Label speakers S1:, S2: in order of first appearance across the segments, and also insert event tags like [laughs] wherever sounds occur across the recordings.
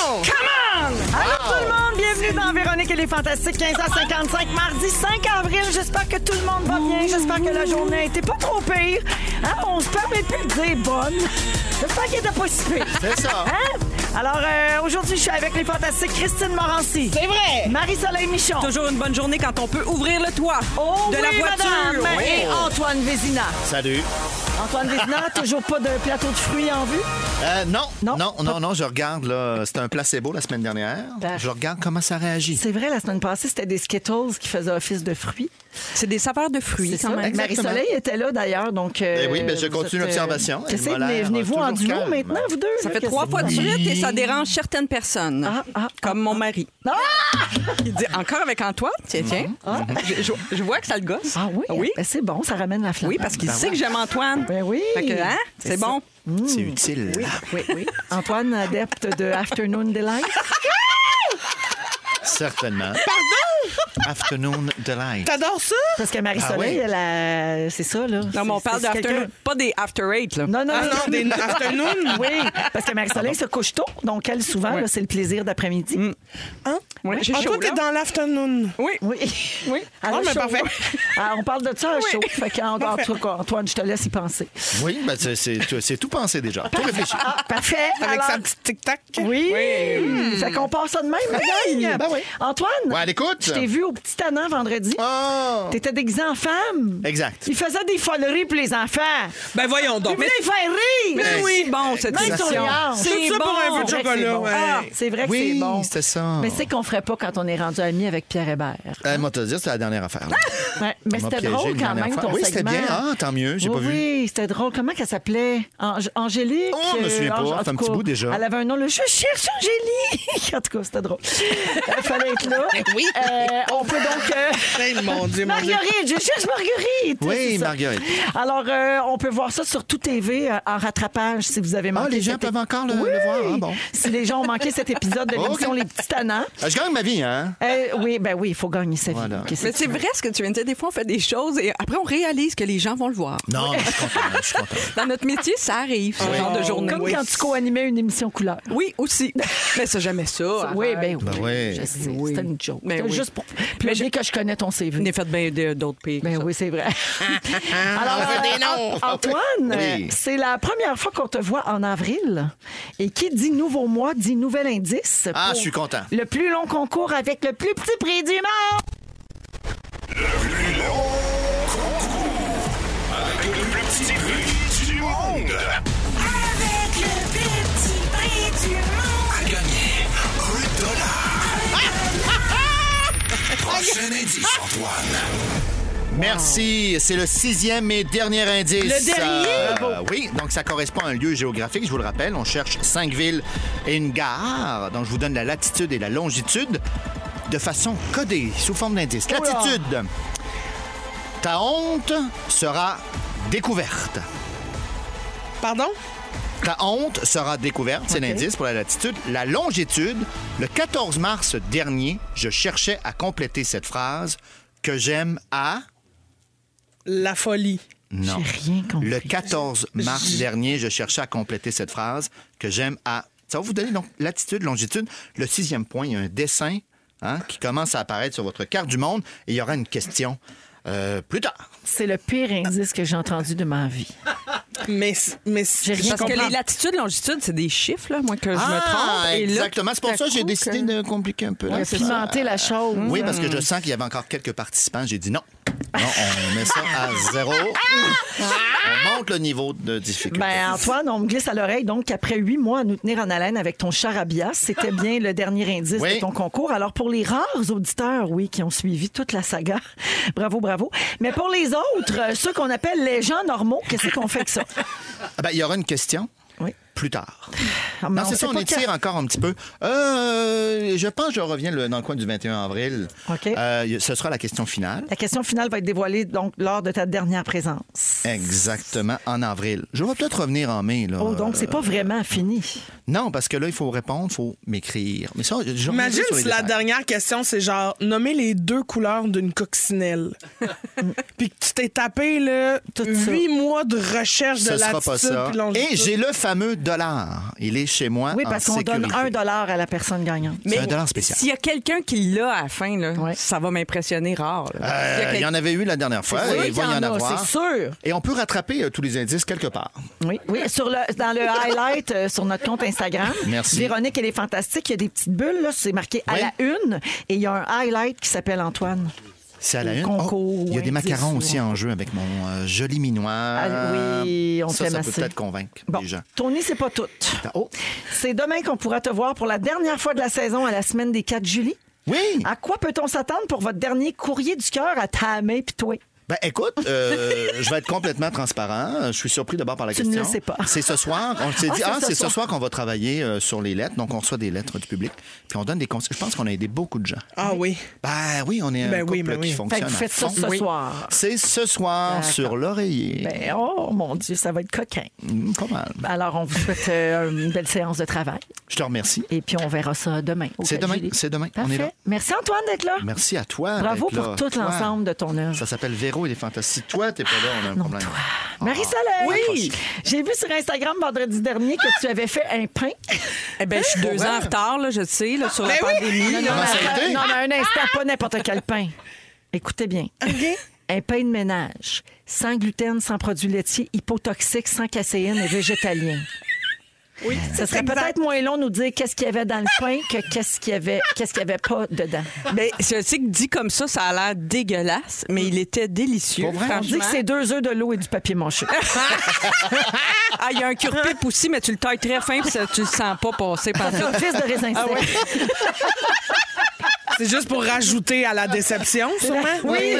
S1: Allô tout le monde, bienvenue dans Véronique et les Fantastiques, 15h55, mardi 5 avril. J'espère que tout le monde va bien, j'espère que la journée a été pas trop pire. Hein, On se permet plus de dire bonne. J'espère qu'elle était pas si pire.
S2: C'est ça.
S1: Hein? Alors, euh, aujourd'hui, je suis avec les Fantastiques Christine Morancy. C'est vrai. Marie-Soleil Michon.
S3: Toujours une bonne journée quand on peut ouvrir le toit
S1: Oh
S3: de la
S1: oui,
S3: voiture.
S1: madame.
S3: Oui.
S1: Et Antoine Vézina.
S2: Salut.
S1: Antoine Vézina, [laughs] toujours pas de plateau de fruits en vue.
S2: Euh, non,
S1: Non.
S2: non, non, non, je regarde, là, c'était un placebo la semaine dernière.
S1: Ben.
S2: Je regarde comment ça réagit.
S1: C'est vrai, la semaine passée, c'était des Skittles qui faisaient office de fruits.
S3: C'est des saveurs de fruits
S1: C'est ça.
S3: quand même.
S2: Exactement.
S1: Marie-Soleil était là d'ailleurs, donc. euh,
S2: Eh oui, ben, je
S1: vous
S2: continue
S1: êtes, euh,
S2: l'observation.
S1: qu'est-ce que
S2: Elle m'a
S1: venez-
S2: l'air
S1: Venez-vous en
S2: toujours
S1: duo
S2: calme.
S1: maintenant, vous deux?
S3: Ça
S1: là,
S3: fait
S1: qu'est-ce
S3: trois
S1: que
S3: fois
S1: vous-
S3: de suite et ça dérange certaines personnes.
S1: Ah, ah,
S3: comme mon mari. Ah! Il dit encore avec Antoine, tiens, tiens. Je, je- je vois que ça le gosse.
S1: Ah oui?
S3: Oui,
S1: Ben, c'est bon, ça ramène la flamme.
S3: oui parce qu'il
S2: Ben
S3: sait que j'aime Antoine.
S1: Ben oui.
S3: Fait que, hein, c'est
S1: ça.
S3: bon.
S2: C'est utile.
S1: Hmm. Oui, oui. Antoine, adepte de Afternoon Delight.
S2: Certainement. Pardon? Afternoon Delight.
S4: T'adores ça?
S1: Parce que Marie-Soleil,
S2: Ah
S1: elle a- c'est ça, là.
S3: Non, mais on
S1: C'est-
S3: parle
S1: c'est
S3: d'after,
S1: quelqu'un-
S3: pas des after eight. Là.
S1: Non, non,
S4: Ah non, des afternoons.
S1: [laughs] Oui, parce que
S2: Ah
S1: Marie-Soleil se couche tôt, donc elle, souvent, là, c'est le plaisir d'après-midi.
S3: Mm.
S4: Hein?
S3: Ouais, j'ai
S4: Ah,
S3: chaud,
S4: toi, t'es
S3: là.
S4: dans l'afternoon.
S3: Oui.
S1: Oui.
S3: Oui.
S1: À la
S4: Ah, mais
S1: show.
S4: parfait.
S1: Ah, on parle de ça à chaud. Fait que, en, en tout cas, Antoine, je te laisse y penser.
S2: Oui, ben, c'est- c'est tu- c'est tout pensé déjà. Tout
S1: [laughs]
S2: réfléchi.
S1: Ah, parfait.
S4: Avec
S1: Alors-
S4: sa petite tic-tac.
S1: Oui. Hmm. Fait qu'on part ça de même, la
S2: [laughs]
S1: gang.
S2: ben oui.
S1: Antoine,
S2: Ouais, à l'écoute.
S1: je t'ai vu au petit Annan vendredi.
S2: Oh!
S1: T'étais déguisé en femme.
S2: Exact.
S1: Il faisait des foleries pour les enfants.
S4: Ben voyons
S1: Il
S4: donc.
S1: voulait les faire rire.
S3: Oh, Mais oui. C'est bon, cette
S1: Même
S2: Exactement.
S1: ton
S3: session.
S1: regard.
S3: C'est
S4: Tout
S3: bon.
S4: ça pour un peu de
S1: C'est vrai que
S4: chocolat.
S1: c'est bon.
S4: ouais.
S1: Ah, C'est vrai que
S2: Oui,
S1: c'est bon.
S2: c'était ça.
S1: Mais c'est qu'on ferait pas quand on est rendu ami avec Pierre Hébert.
S2: Euh, moi, te dire, c'était la dernière affaire. là.
S1: Ouais,
S2: m'a
S1: mais c'était
S2: piégé
S1: drôle
S2: une
S1: quand
S2: dernière
S1: même
S2: fois.
S1: ton
S2: Oui, c'était
S1: segment.
S2: bien. Ah, tant mieux, j'ai
S1: oui,
S2: pas vu.
S1: Oui, c'était drôle. Comment qu'elle s'appelait? Ang- Angélique? euh,
S2: Oh, je me souviens pas.
S1: en- en
S2: Ça fait un
S1: tout
S2: petit
S1: cas,
S2: bout déjà.
S1: Elle avait un nom, le « Je cherche Angélique ». En tout cas,
S4: [laughs]
S1: c'était drôle. Il fallait être là. Oui. on peut donc... euh,
S4: Hey, Ben mon Dieu, mon Dieu.
S1: Marguerite, je cherche Marguerite.
S2: Oui,
S1: C'est ça.
S2: Marguerite.
S1: Alors, euh, on peut voir ça sur tout TV euh, en rattrapage si vous avez manqué.
S2: Ah, les gens
S1: cet
S2: peuvent
S1: é-
S2: encore le-
S1: Oui.
S2: le voir, hein, bon.
S1: Si les gens ont manqué cet épisode de
S2: [laughs]
S1: l'émission
S2: Ok.
S1: Les Petits Tannants.
S2: Euh, Je gagne ma vie, hein?
S1: euh, oui, ben oui, il faut gagner sa vie.
S2: Voilà.
S1: Qu'est-ce
S3: Mais
S1: que
S3: c'est vrai ce que tu viens de dire. Des fois, on fait des choses et après, on réalise que les gens vont le voir.
S2: Non, je suis content. Je suis content.
S3: Dans notre métier, ça arrive, ce genre de journée.
S1: Comme quand tu co-animais une émission couleur.
S3: Oui, aussi. Mais c'est jamais ça.
S1: Oui, ben oui.
S2: Ben oui.
S1: Je sais,
S3: Oui.
S1: C'était une joke.
S3: Ah, Ben
S1: C'était
S3: oui.
S1: Juste pour plaider que je connais ton CV.
S3: On est fait bien de- d'autres pays. que
S1: Ben
S3: ça.
S1: oui, c'est
S3: [laughs]
S1: vrai. Alors, euh, Ant- Antoine,
S2: Oui.
S1: euh, c'est la première fois qu'on te voit en avril. Et qui dit nouveau mois dit nouvel indice.
S2: Ah,
S1: pour
S2: je suis content.
S1: Le plus long concours avec le plus petit prix du monde.
S5: Avec le plus petit prix du monde.
S6: Gagner un dollar. Prochain indice, Antoine.
S2: Merci. C'est le sixième et dernier indice. Le dernier. oui, donc ça correspond à un lieu géographique. Je vous le rappelle, on cherche cinq villes et une gare. Donc je vous donne la latitude et la longitude de façon codée, sous forme d'indice. Latitude. Ta honte sera découverte.
S4: Pardon?
S2: Ta honte sera découverte, c'est l'indice pour la latitude. La longitude, le 14 mars dernier, je cherchais à compléter cette phrase que j'aime à...
S4: La folie.
S2: Non.
S1: J'ai rien compris.
S2: Le 14 mars dernier, je cherchais à compléter cette phrase que j'aime à. Ça va vous donner donc latitude, longitude. Le sixième point, il y a un dessin hein, qui commence à apparaître sur votre carte du monde et il y aura une question euh, plus tard.
S1: C'est le pire indice que j'ai entendu de ma vie.
S4: Mais, mais
S1: J'ai rien
S3: Parce que les latitudes, longitudes, c'est des chiffres, là, moi, que je
S1: Ah,
S3: me trompe. Et là,
S2: Ah, exactement. C'est pour ça que j'ai décidé de compliquer un peu.
S1: On a
S2: la
S1: pimenté la chose.
S2: Oui, parce que je sens qu'il y avait encore quelques participants. J'ai dit non. Non, on met ça à zéro. on monte le niveau de difficulté.
S1: Ben, Antoine, on me glisse à l'oreille donc qu'après huit mois à nous tenir en haleine avec ton charabia, c'était bien le dernier indice
S2: Oui.
S1: de ton concours. Alors, pour les rares auditeurs, oui, qui ont suivi toute la saga, [laughs] bravo, bravo. Mais pour les autres, euh, ceux qu'on appelle les gens normaux, qu'est-ce qu'on fait que ça?
S2: Ah ben, il y aura une question.
S1: Oui.
S2: plus tard.
S1: Ah, mais
S2: Non, c'est
S1: sait
S2: ça, on
S1: pas
S2: étire
S1: quand-
S2: encore un petit peu. Euh, je pense que je reviens le- dans le coin du 21 avril.
S1: OK.
S2: Euh, y- ce sera la question finale.
S1: La question finale va être dévoilée donc lors de ta dernière présence.
S2: Exactement, en avril. Je vais peut-être revenir en mai. Là.
S1: Oh, donc c'est pas vraiment fini.
S2: Non, parce que là, il faut répondre, il faut m'écrire. Mais ça, je- je
S4: Imagine
S2: reviendrai sur les
S4: si la
S2: détails.
S4: dernière question, c'est genre, nommer les deux couleurs d'une
S1: [laughs]
S4: coccinelle. puis que tu t'es tapé, là,
S1: Tout ça.
S4: huit mois de recherche
S2: Ce
S4: de
S2: sera pas
S4: latitude
S2: ça.
S4: puis longitude.
S2: Et j'ai le fameux dollar. Il est chez moi.
S1: Oui,
S2: euh, en
S1: parce qu'on donne
S2: sécurité.
S1: un dollar à la personne gagnante.
S2: C'est un dollar spécial.
S3: S'il y a quelqu'un qui l'a à la fin, là,
S1: Ouais.
S3: ça va m'impressionner rare.
S2: Euh,
S3: là. S'il y a
S2: il y
S3: quelqu'un-
S2: en avait eu la dernière fois.
S1: sûr
S2: et il
S1: qu'il
S2: va y en,
S1: y en a,
S2: avoir.
S1: c'est sûr.
S2: Et on peut rattraper euh, tous les indices quelque part.
S1: Oui, oui. Sur le, dans le highlight euh, sur notre compte Instagram,
S2: Merci.
S1: Véronique, elle est fantastique. Il y a des petites bulles, là, c'est marqué à
S2: Oui.
S1: la une. Et il y a un highlight qui s'appelle Antoine.
S2: C'est à la
S1: Les
S2: une.
S1: concours,
S2: Oh, il y a des
S1: indices,
S2: macarons aussi
S1: ouais.
S2: en jeu avec mon euh, joli minois.
S1: Ah oui, on
S2: ça,
S1: t'aime
S2: ça peut
S1: assez.
S2: peut-être convaincre
S1: Bon,
S2: les gens.
S1: Tony, c'est pas tout.
S2: Oh.
S1: C'est demain qu'on pourra te voir pour la dernière fois de la saison à la semaine des 4 juillet.
S2: Oui.
S1: À quoi peut-on s'attendre pour votre dernier courrier du cœur à ta main puis toi?
S2: Ben, écoute, euh, je vais être complètement transparent. Je suis surpris d'abord par la
S1: Tu ne
S2: question.
S1: le sais pas.
S2: C'est ce soir. On s'est
S1: Ah,
S2: dit,
S1: c'est
S2: ah,
S1: ce
S2: c'est ce
S1: soir.
S2: soir qu'on va travailler euh, sur les lettres. Donc, on reçoit des lettres du public. Puis, on donne des conseils. Je pense qu'on a aidé beaucoup de gens.
S4: Ah oui.
S2: Ben oui, on est un
S4: Ben
S2: couple
S4: oui, ben
S2: qui
S4: oui.
S2: fonctionne
S1: Fait que
S2: à
S1: faites ça
S2: fond.
S1: ce soir.
S2: C'est ce soir sur l'oreiller.
S1: Ben, oh mon Dieu, ça va être coquin.
S2: Hum, pas mal.
S1: Alors, on vous souhaite euh, une belle séance de travail
S2: Je te remercie.
S1: et puis on verra ça demain. au
S2: C'est
S1: 4
S2: demain,
S1: juillet.
S2: c'est demain. On est
S1: Parfait.
S2: là.
S1: Merci Antoine d'être là.
S2: Merci à toi.
S1: Bravo
S2: Ah, d'être
S1: pour
S2: là.
S1: tout
S2: Toi.
S1: l'ensemble de ton œuvre.
S2: Ça s'appelle Véro et les Fantastiques. Toi, t'es pas là, on a un
S1: Ah. Non,
S2: problème. Ah.
S1: toi. Marie-Soleil! Oui! J'ai vu sur Instagram vendredi dernier que tu avais fait un pain.
S3: Eh ben, je suis deux ans en retard, là, je le sais, là, sur la
S4: oui.
S3: pandémie.
S2: Non,
S3: là.
S2: mais- ça a
S1: Euh,
S2: été?
S1: Ben non, mais un instant, pas n'importe quel pain. Écoutez bien. Un pain de ménage, sans gluten, sans produits laitiers, hypotoxique, sans caséine et végétalien. Oui, Ce serait peut-être moins long de nous dire qu'est-ce qu'il y avait dans le pain que qu'est-ce qu'il y avait, qu'est-ce qu'il y avait pas dedans.
S3: Ben, je sais que dit comme ça, ça a l'air dégueulasse, mais il était délicieux.
S2: Pour vrai?
S1: On dit que c'est deux œufs de l'eau et du papier mâché.
S3: [laughs] Ah, il y a un cure-pipe aussi, mais tu le tailles très fin, puis ça, tu le sens pas
S1: [laughs]
S3: passer par
S1: C'est
S3: tout.
S1: un fils de raisin sec.
S4: C'est juste pour rajouter à la déception, sûrement.
S1: Oui.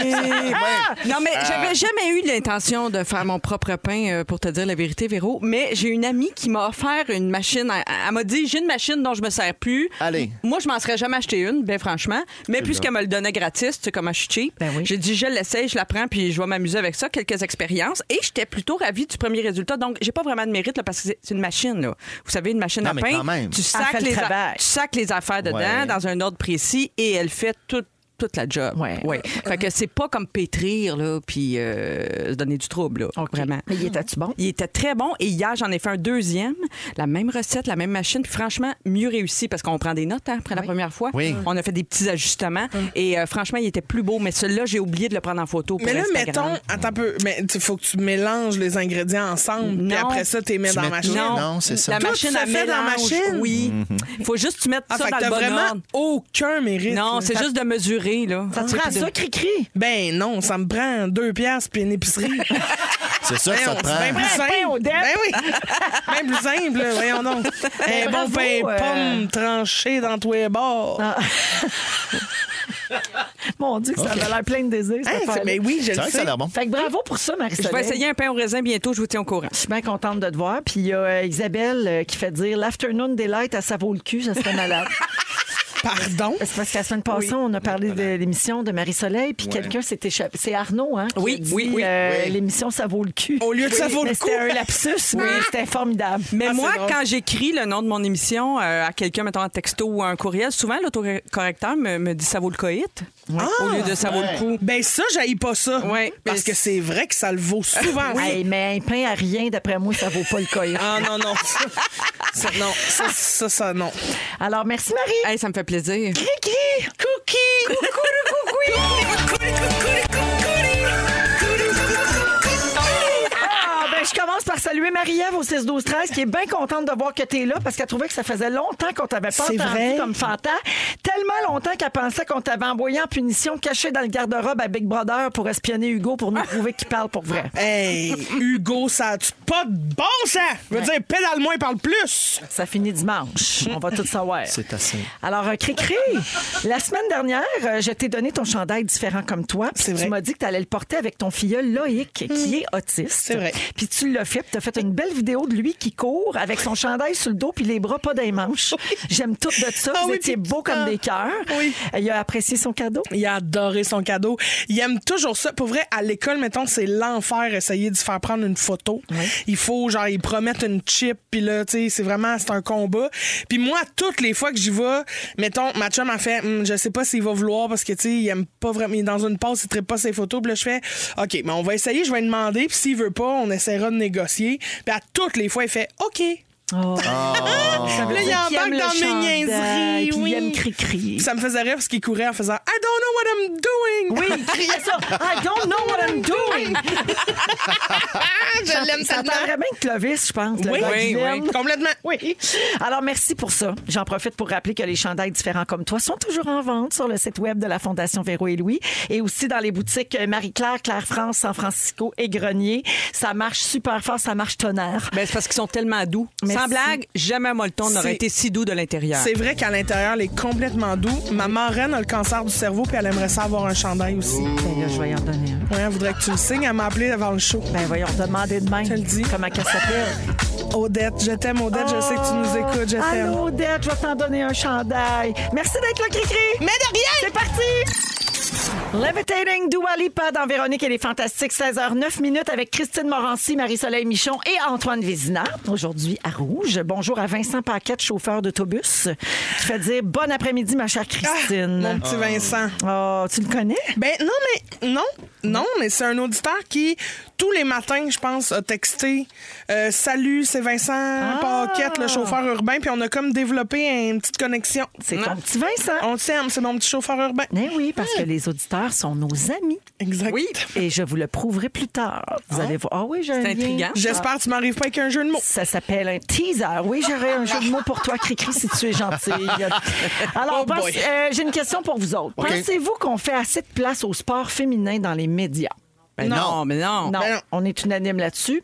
S3: Non, mais
S2: Ah.
S3: j'avais jamais eu l'intention de faire mon propre pain, euh, pour te dire la vérité, Véro. Mais j'ai une amie qui m'a offert une machine. à- à- Elle m'a dit J'ai une machine dont je me sers plus.
S2: Allez.
S3: Moi, je m'en serais jamais acheté une, bien franchement. Mais puisqu'elle me le donnait gratis, tu sais, comme je suis cheap,
S1: Ben oui.
S3: j'ai dit Je l'essaye, je la prends, puis je vais m'amuser avec ça, quelques expériences. Et j'étais plutôt ravie du premier résultat. Donc, j'ai pas vraiment de mérite, là, parce que c'est- c'est une machine, là. Vous savez, une machine
S2: Non,
S3: à
S2: mais
S3: pain.
S2: quand même.
S3: Tu
S1: fait
S3: sacs
S1: le
S3: les, a-
S1: travail.
S3: tu sacs les affaires dedans,
S2: Ouais.
S3: dans un ordre précis, et elle fait tout toute la job.
S1: Ouais.
S3: Ouais. Fait que c'est pas comme pétrir, là, puis euh, se donner du trouble, là,
S1: OK.
S3: vraiment.
S1: Mais il était-tu bon?
S3: Il était très bon et hier, j'en ai fait un deuxième. La même recette, la même machine. Puis franchement, mieux réussi parce qu'on prend des notes hein, après la première fois.
S2: Oui.
S3: On a fait des petits ajustements et euh, franchement, il était plus beau. Mais celui-là, j'ai oublié de le prendre en photo. Pour
S4: Mais là,
S3: Instagram.
S4: mettons, attends un peu, mais il faut que tu mélanges les ingrédients ensemble, puis
S3: Non.
S4: après ça, tu les mets
S2: Tu
S4: dans la
S2: mets
S4: machine.
S2: tout. Non, c'est ça. Mhm.
S3: La
S2: Tout
S3: machine
S4: se
S3: à
S4: fait dans la
S3: mélange,
S4: machine?
S3: Oui. Faut juste que tu mettes
S4: Ah,
S3: ça
S4: fait
S3: dans
S4: que
S3: le
S4: t'as
S3: bon
S4: vraiment
S3: ordre.
S4: aucun mérite.
S3: Non, c'est
S4: Ça-
S3: juste de mesurer, là.
S1: Ça te rend ça, cri-cri?
S4: Ben non, ça me prend deux piastres puis une épicerie.
S2: C'est ça que ça te
S4: Voyons, c'est bien
S2: prend.
S4: plus
S1: Pain,
S4: simple.
S1: pain au dep.
S4: Ben oui. Bien plus simple, là, voyons donc.
S1: Ben,
S4: Un bon
S1: bravo,
S4: pain
S1: euh.
S4: pomme tranché dans tous les bords.
S1: Mon Dieu, que ça avait l'air plein de désir. cette
S4: Hein, c'est-
S1: affaire-là.
S4: mais oui, je
S2: C'est
S4: le
S2: vrai que ça
S4: sais.
S2: a l'air bon.
S1: Fait que bravo pour ça, hein?
S3: Je
S1: Marie-Soleil.
S3: vais essayer un pain au raisin bientôt, je vous tiens au courant.
S1: Je suis bien contente de te voir. Puis il y a euh, Isabelle euh, qui fait dire l'afternoon delight à ça vaut le cul, ça serait malade.
S4: Pardon?
S1: [laughs] C'est parce que la semaine passée, on a parlé de l'émission de Marie-Soleil, puis quelqu'un s'est échappé. C'est Arnaud, hein? qui a
S3: Oui,
S1: dit,
S3: oui, oui,
S1: euh,
S2: oui.
S1: L'émission, ça vaut le cul.
S4: Au lieu de ça vaut
S1: Mais
S4: le
S1: C'était
S4: coup.
S1: un lapsus, mais c'était formidable.
S3: Mais
S4: Ah,
S3: moi,
S4: c'est drôle.
S3: quand j'écris le nom de mon émission euh, à quelqu'un, mettons un texto ou un courriel, souvent l'autocorrecteur me, me dit ça vaut le coït au lieu de ça vaut le coup.
S4: Ben ça, j'haïs pas ça.
S3: Ouais.
S4: Parce que c'est vrai que ça le
S1: [laughs]
S4: vaut souvent.
S1: Hey, mais un pain à rien, d'après moi, ça vaut pas le coït.
S4: Ah non, non. Ça, ça, non. Ça, ça, ça, non.
S1: Alors, merci Marie.
S3: Hey, ça me fait plaisir.
S1: Cri-cri. Cookie. Ah, ben, je commence par saluer Marie-Ève au 6-12-13, qui est bien contente de voir que tu es là parce qu'elle trouvait que ça faisait longtemps qu'on t'avait pas
S4: C'est
S1: entendu
S4: vrai.
S1: comme fantasme. Tellement longtemps qu'elle pensait qu'on t'avait envoyé en punition caché dans le garde-robe à Big Brother pour espionner Hugo pour nous prouver qu'il parle pour vrai.
S4: Hey, Hugo, ça a pas de bon sens. Je veux dire, pédale moins, parle plus.
S1: Ça finit dimanche. On va tout
S4: [laughs]
S1: savoir.
S2: C'est assez.
S1: Alors, euh, Cricri, la semaine dernière, euh, je t'ai donné ton chandail différent comme toi. Puis
S4: C'est
S1: Tu
S4: vrai. Hmm.
S1: m'as dit que tu allais le porter avec ton filleul Loïc, qui est autiste.
S4: C'est vrai.
S1: Puis tu l'as fait, tu as fait une une belle vidéo de lui qui court avec son chandail sur le dos puis les bras pas des manches. J'aime tout de ça.
S4: Ah
S1: Vous
S4: oui,
S1: étiez
S4: puis-
S1: beau comme des cœurs. Euh,
S4: Oui.
S1: Il a apprécié son cadeau.
S4: Il a adoré son cadeau. Il aime toujours ça. Pour vrai, à l'école, mettons, c'est l'enfer essayer de se faire prendre une photo. Il faut, genre, ils promettent une chip, puis là, tu sais, c'est vraiment, c'est un combat. Puis moi, toutes les fois que j'y vais, mettons, ma chum a fait, Hum, je sais pas s'il va vouloir parce que, tu sais, il aime pas vraiment, il est dans une pause, il traite pas ses photos. Puis là, je fais, OK, mais on va essayer, je vais lui demander, puis s'il veut pas, on essaiera de négocier. Puis à toutes les fois, il fait, OK. [laughs]
S1: Ça veut
S4: Là, il
S1: dire qu'il
S4: embarque
S1: Oh. aime le
S4: dans mes
S1: chandail,
S4: niaiseries,
S1: puis
S4: oui.
S1: Il aime cri-cri.
S4: Puis ça me faisait rire parce qu'il courait en faisant, I don't know what
S1: Oui,
S4: I'm doing.
S1: il criait Ah, ça. I don't know
S4: [laughs]
S1: what I'm doing.
S4: Ah, je l'aime
S1: Ça
S4: tellement.
S1: parlerait bien de Clovis, je pense. le
S4: Oui,
S1: gars
S4: oui,
S1: qui l'aime.
S4: oui, complètement.
S1: [laughs] Oui. Alors, merci pour ça. J'en profite pour rappeler que les chandails différents comme toi sont toujours en vente sur le site web de la Fondation Véro et Louis et aussi dans les boutiques Marie-Claire, Claire-France, San Francisco et Grenier. Ça marche super fort, ça marche tonnerre.
S3: Ben, c'est parce qu'ils sont tellement doux.
S1: Merci.
S3: Sans blague, jamais Molton
S4: C'est-
S3: n'aurait été si doux de
S1: Ah.
S3: l'intérieur.
S4: C'est vrai qu'à l'intérieur, elle est complètement doux. Ma marraine a le cancer du cerveau, puis elle aimerait ça avoir un chandail aussi.
S1: Ben là, je vais y en donner un.
S4: Ouais, elle voudrait que tu le signes. Elle m'a appelé avant le show.
S1: Ben voyons, demander de même.
S4: le dis.
S1: Comment qu'elle s'appelle?
S4: Odette, je t'aime, Odette. Je sais que tu nous écoutes. Je t'aime.
S1: Allô, Odette, je vais t'en donner un chandail. Merci d'être là, Cricri. Mais de rien! C'est parti! Levitating Dua Lipa dans Véronique et les Fantastiques, 16h09 minutes avec Christine Morancy, Marie-Soleil Michon et Antoine Vézina. Aujourd'hui à Rouge. Bonjour à Vincent Paquette, chauffeur d'autobus, qui fait dire bon après-midi, ma chère
S4: Ah,
S1: Christine.
S4: mon petit Vincent.
S1: Oh, tu le connais?
S4: Ben non, mais non, non, mais c'est un auditeur qui, tous les matins, je pense, a texté euh, Salut, c'est Vincent
S1: Ah.
S4: Paquette, le chauffeur urbain. Puis on a comme développé une petite connexion.
S1: C'est ton petit Vincent.
S4: On t'aime, c'est mon petit chauffeur urbain.
S1: Eh oui, parce que les auditeurs sont nos amis.
S4: Exact.
S3: Oui.
S1: Et je vous le prouverai plus tard. Vous allez voir. Ah oui, j'ai un
S3: C'est
S1: lien.
S3: intriguant.
S4: J'espère que tu m'arrives pas avec un jeu de mots.
S1: Ça s'appelle un teaser. Oui, j'aurais un jeu de mots pour toi, Cricri, si tu es
S4: [laughs]
S1: gentille. Alors,
S4: Oh
S1: pense-
S4: boy.
S1: euh, j'ai une question pour vous autres.
S2: OK.
S1: Pensez-vous qu'on fait assez de place au sport féminin dans les médias?
S3: Ben non.
S2: Non.
S3: mais non.
S1: Non,
S4: Ben non.
S1: on est unanime là-dessus.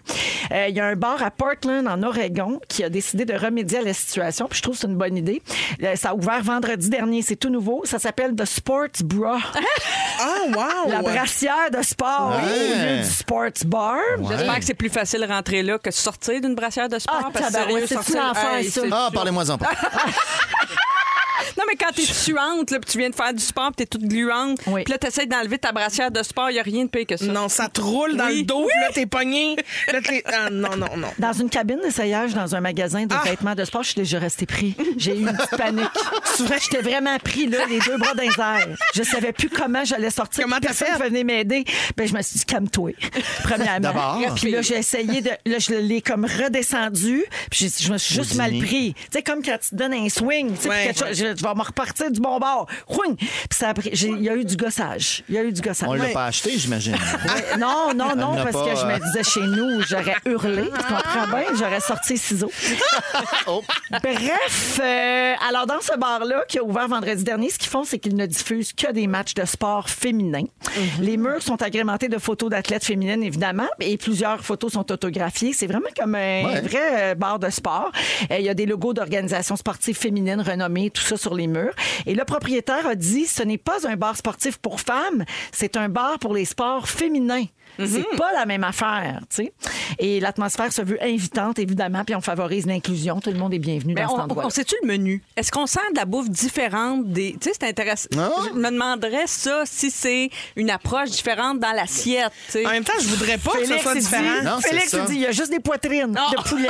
S1: Euh, Il y a un bar à Portland, en Oregon, qui a décidé de remédier à la situation. Puis je trouve que c'est une bonne idée. Euh, ça a ouvert vendredi dernier. C'est tout nouveau. Ça s'appelle The Sports
S4: [laughs]
S1: Bra.
S4: Ah, wow!
S1: la brassière de sport
S2: Ouais.
S1: au lieu du sports bar.
S3: J'espère que c'est plus facile de rentrer là que sortir d'une brassière de sport.
S1: Ah,
S3: parce que
S1: tabarouette,
S3: sérieux,
S1: c'est
S3: sortir-
S1: tout l'enfer,
S3: Hey,
S1: ça.
S3: c'est-
S2: Ah, parlez-moi-en pas.
S3: Non, mais quand t'es suante, là, puis tu viens de faire du sport, puis t'es toute gluante,
S1: Oui.
S3: puis là, t'essayes d'enlever ta brassière de sport, il n'y a rien de pire que ça.
S4: Non, ça te roule dans
S3: Oui.
S4: le dos, puis là, t'es pogné. Là, t'es- Ah, non, non, non.
S1: Dans une cabine d'essayage, dans un magasin
S4: Ah!
S1: de vêtements de sport, je suis déjà restée pris. J'ai eu une petite
S4: [laughs]
S1: panique. J'étais vraiment pris, là, les deux bras dans les airs. Je savais plus comment j'allais sortir.
S4: Comment t'as
S1: Personne
S4: fait?
S1: venait m'aider. Ben, je me suis dit, calme-toi, premièrement.
S2: D'abord.
S1: Puis là, j'ai essayé de. Là, je l'ai comme redescendu. Puis j'ai- je me suis juste mal
S2: Houdini.
S1: pris. Tu sais, comme quand tu te donnes un swing. Tu sais,
S4: Ouais.
S1: puis quelque chose- je, je vais me repartir du bon bord. Rouing! Puis ça a pris- j'ai- Il y a eu du gossage. Il y a eu du gossage.
S2: On l'a pas acheté, j'imagine.
S1: Ouais, Non, non, non,
S2: n'a
S1: parce
S2: pas,
S1: que je me
S2: euh,
S1: disais chez nous, j'aurais hurlé, tu comprends bien, j'aurais sorti
S2: [laughs]
S1: ciseaux.
S2: Oh.
S1: Bref, euh, alors dans ce bar-là qui a ouvert vendredi dernier, ce qu'ils font, c'est qu'ils ne diffusent que des matchs de sport féminin. Les murs sont agrémentés de photos d'athlètes féminines, évidemment, et plusieurs photos sont autographiées. C'est vraiment comme un
S2: Ouais.
S1: vrai euh, bar de sport. Euh, Il y a des logos d'organisations sportives féminines renommées, tout ça sur les murs. Et le propriétaire a dit, ce n'est pas un bar sportif pour femmes, c'est un bar pour les sports féminins. C'est pas la même affaire, tu sais. Et l'atmosphère se veut invitante, évidemment, puis on favorise l'inclusion. Tout le monde est bienvenu
S3: Mais
S1: dans cet
S3: Ben, on,
S1: endroit.
S3: on sait-tu le menu? Est-ce qu'on sent de la bouffe différente des. Tu sais, c'est intéressant.
S2: Ah.
S3: Je me demanderais ça si c'est une approche différente dans l'assiette. tu sais.
S4: En même temps, je voudrais pas que ce soit différent.
S2: Non, c'est
S1: Félix
S2: ça.
S1: il dit, il y a juste des poitrines
S3: Oh.
S1: de [laughs] poulet.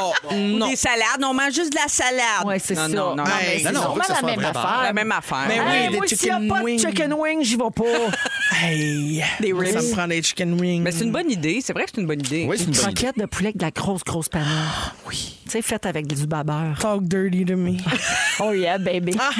S4: Oh,
S3: Ou
S4: non.
S3: Des salades. On mange juste de la salade.
S1: Ouais, c'est
S3: non,
S1: ça.
S3: Non, non,
S1: Ah,
S3: non.
S1: mais
S2: non,
S1: c'est
S2: on veut
S1: sûrement
S2: que ça
S1: la
S2: soit
S1: même
S2: vraiment.
S1: affaire.
S3: La même affaire. Ah,
S4: Mais oui,
S1: Hey,
S4: des
S1: moi, s'il n'y a
S4: chicken
S1: pas de
S4: wings.
S1: Eh chicken wing, j'y vais pas.
S4: Hey!
S3: Des ribs.
S4: Ça me prend des chicken wings.
S3: Mais c'est une bonne idée. C'est vrai que c'est une bonne idée.
S2: Oui, [laughs] c'est une bonne idée. Ah,
S1: Croquette de poulet avec de la grosse, grosse panure. oui. Tu sais, faite avec du babeur.
S4: Talk dirty to me.
S1: Oh yeah, baby.
S4: Ah,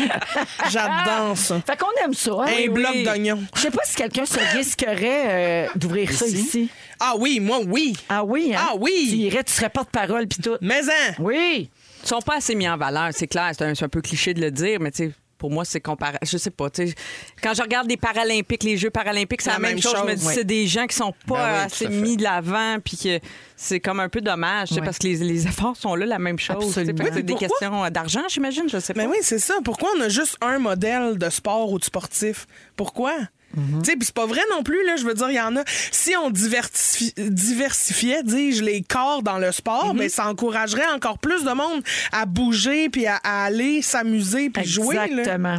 S4: J'adore ça.
S1: Fait qu'on aime ça. hein?
S4: Un
S1: Oui,
S4: bloc
S1: oui.
S4: d'oignon.
S1: Je sais pas si quelqu'un se risquerait euh, d'ouvrir ça ici.
S4: Ah oui, moi, oui.
S1: Ah oui, hein?
S4: Ah oui.
S1: Tu irais, tu serais porte-parole puis tout.
S4: Mais hein,
S1: Oui.
S3: Ils sont pas assez mis en valeur, c'est clair. C'est un, c'est un peu cliché de le dire, mais tu sais, Pour moi, c'est comparable. Je sais pas. tu sais, Quand je regarde les Paralympiques, les Jeux Paralympiques, c'est la, même, chose. Je me dis,
S4: oui.
S3: c'est des gens qui sont pas
S2: Ben oui,
S3: assez
S2: tout à fait.
S3: mis de l'avant, puis que c'est comme un peu dommage, tu sais,
S1: Oui.
S3: parce que les, les efforts sont là, la même chose. tu sais. Fait que
S1: Absolument.
S3: C'est des
S4: Pourquoi?
S3: questions euh, d'argent,
S2: Ben
S3: j'imagine, je sais pas.
S4: Mais oui, c'est ça. Pourquoi on a juste un modèle de sport ou de sportif? Pourquoi?
S1: Mhm.
S4: Tu sais, puis c'est pas vrai non plus, là. Je veux dire, il y en a. Si on diversifi- diversifiait, dis-je, les corps dans le sport,
S1: Mhm.
S4: ben, ça encouragerait encore plus de monde à bouger, puis à, à aller s'amuser, puis jouer, là.
S1: Exactement.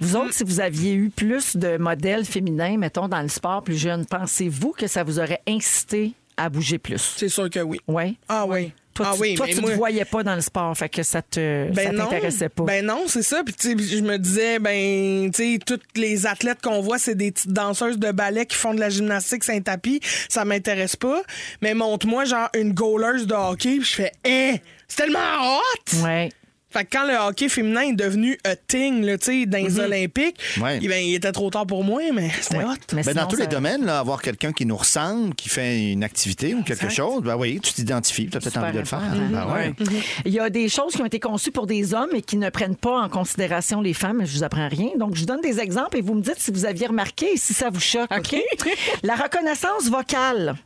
S1: Vous autres, si vous aviez eu plus de modèles féminins, mettons, dans le sport plus jeune, pensez-vous que ça vous aurait incité à bouger plus?
S4: C'est sûr que oui.
S1: Oui.
S4: Ah oui.
S1: Toi,
S4: ah
S1: tu,
S4: oui,
S1: toi,
S4: mais
S1: tu
S4: moi-
S1: te voyais pas dans le sport, fait que ça te ça
S4: Ben non.
S1: t'intéressait pas.
S4: Ben non, c'est ça. Puis tu sais, je me disais, ben, tu sais, toutes les athlètes qu'on voit, c'est des petites danseuses de ballet qui font de la gymnastique sur un tapis. Ça m'intéresse pas. Mais montre-moi, genre, une goalers de hockey, puis je fais, eh, c'est tellement hot!
S1: ouais.
S4: Fait que quand le hockey féminin est devenu a thing, là, tu sais, dans les Olympiques,
S2: Ouais.
S4: eh ben, il était trop tard pour moi, mais c'était
S1: Mm-hmm. Ouais.
S4: hot.
S1: Mais
S2: Ben, dans
S1: sinon,
S2: tous
S1: ça-
S2: les domaines, là, avoir quelqu'un qui nous ressemble, qui fait une activité ou quelque
S4: Exact.
S2: chose, ben oui, tu t'identifies, tu as peut-être
S1: Super
S2: envie de le faire.
S1: important.
S2: Ben ouais.
S1: Il y a des choses qui ont été conçues pour des hommes et qui ne prennent pas en considération les femmes. Je vous apprends rien. Donc, je vous donne des exemples et vous me dites si vous aviez remarqué et si ça vous choque. OK? La reconnaissance vocale.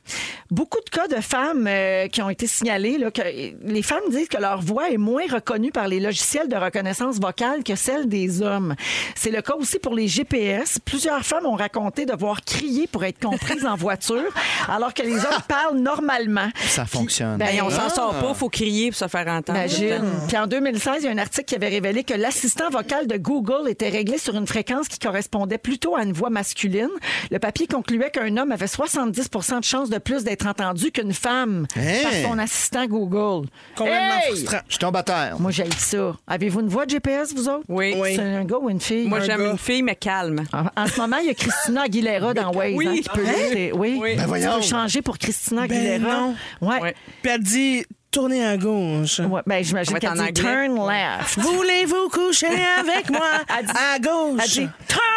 S1: Beaucoup de cas de femmes euh, qui ont été signalées, là, que euh, les femmes disent que leur voix est moins reconnue par les logiciels de reconnaissance vocale que celle des hommes. C'est le cas aussi pour les GPS. Plusieurs femmes ont raconté devoir crier pour être comprises en voiture, alors que
S2: [laughs]
S1: les hommes parlent normalement.
S2: Ça fonctionne.
S1: Ben,
S3: Et on s'en
S1: Ah.
S3: sort pas, faut crier pour se faire entendre.
S1: Imagine. Puis en 2016, il y a un article qui avait révélé que l'assistant vocal de Google était réglé sur une fréquence qui correspondait plutôt à une voix masculine. Le papier concluait qu'un homme avait 70 de chances de plus d'être entendu qu'une femme
S3: Hein?
S2: Hey!
S1: par son assistant Google.
S4: Complètement
S1: Hey!
S4: frustrant.
S2: Je tombe à terre.
S1: Moi, j'ai ça. Avez-vous une voix de GPS, vous autres?
S3: Oui.
S4: Oui.
S1: C'est un gars ou une fille?
S3: Moi,
S1: Un
S3: j'aime
S1: gars.
S3: une fille, mais calme.
S1: En- En ce moment, il y a Christina Aguilera dans Waze
S3: Oui.
S1: hein, qui peut l'écouter. Oui.
S3: Oui.
S2: Ben
S1: Tu
S2: voyons.
S1: peux changer pour Christina
S4: Ben
S1: Aguilera.
S4: non.
S1: Ouais.
S3: Ouais.
S4: Puis elle dit, tournez à gauche.
S1: Ouais, ben,
S3: Ça
S1: j'imagine
S3: va être
S1: qu'elle
S3: en
S1: dit
S3: anglais.
S1: turn left.
S4: Voulez-vous coucher avec moi
S1: Elle dit-
S4: à
S1: Elle
S4: gauche?
S1: dit
S4: [laughs]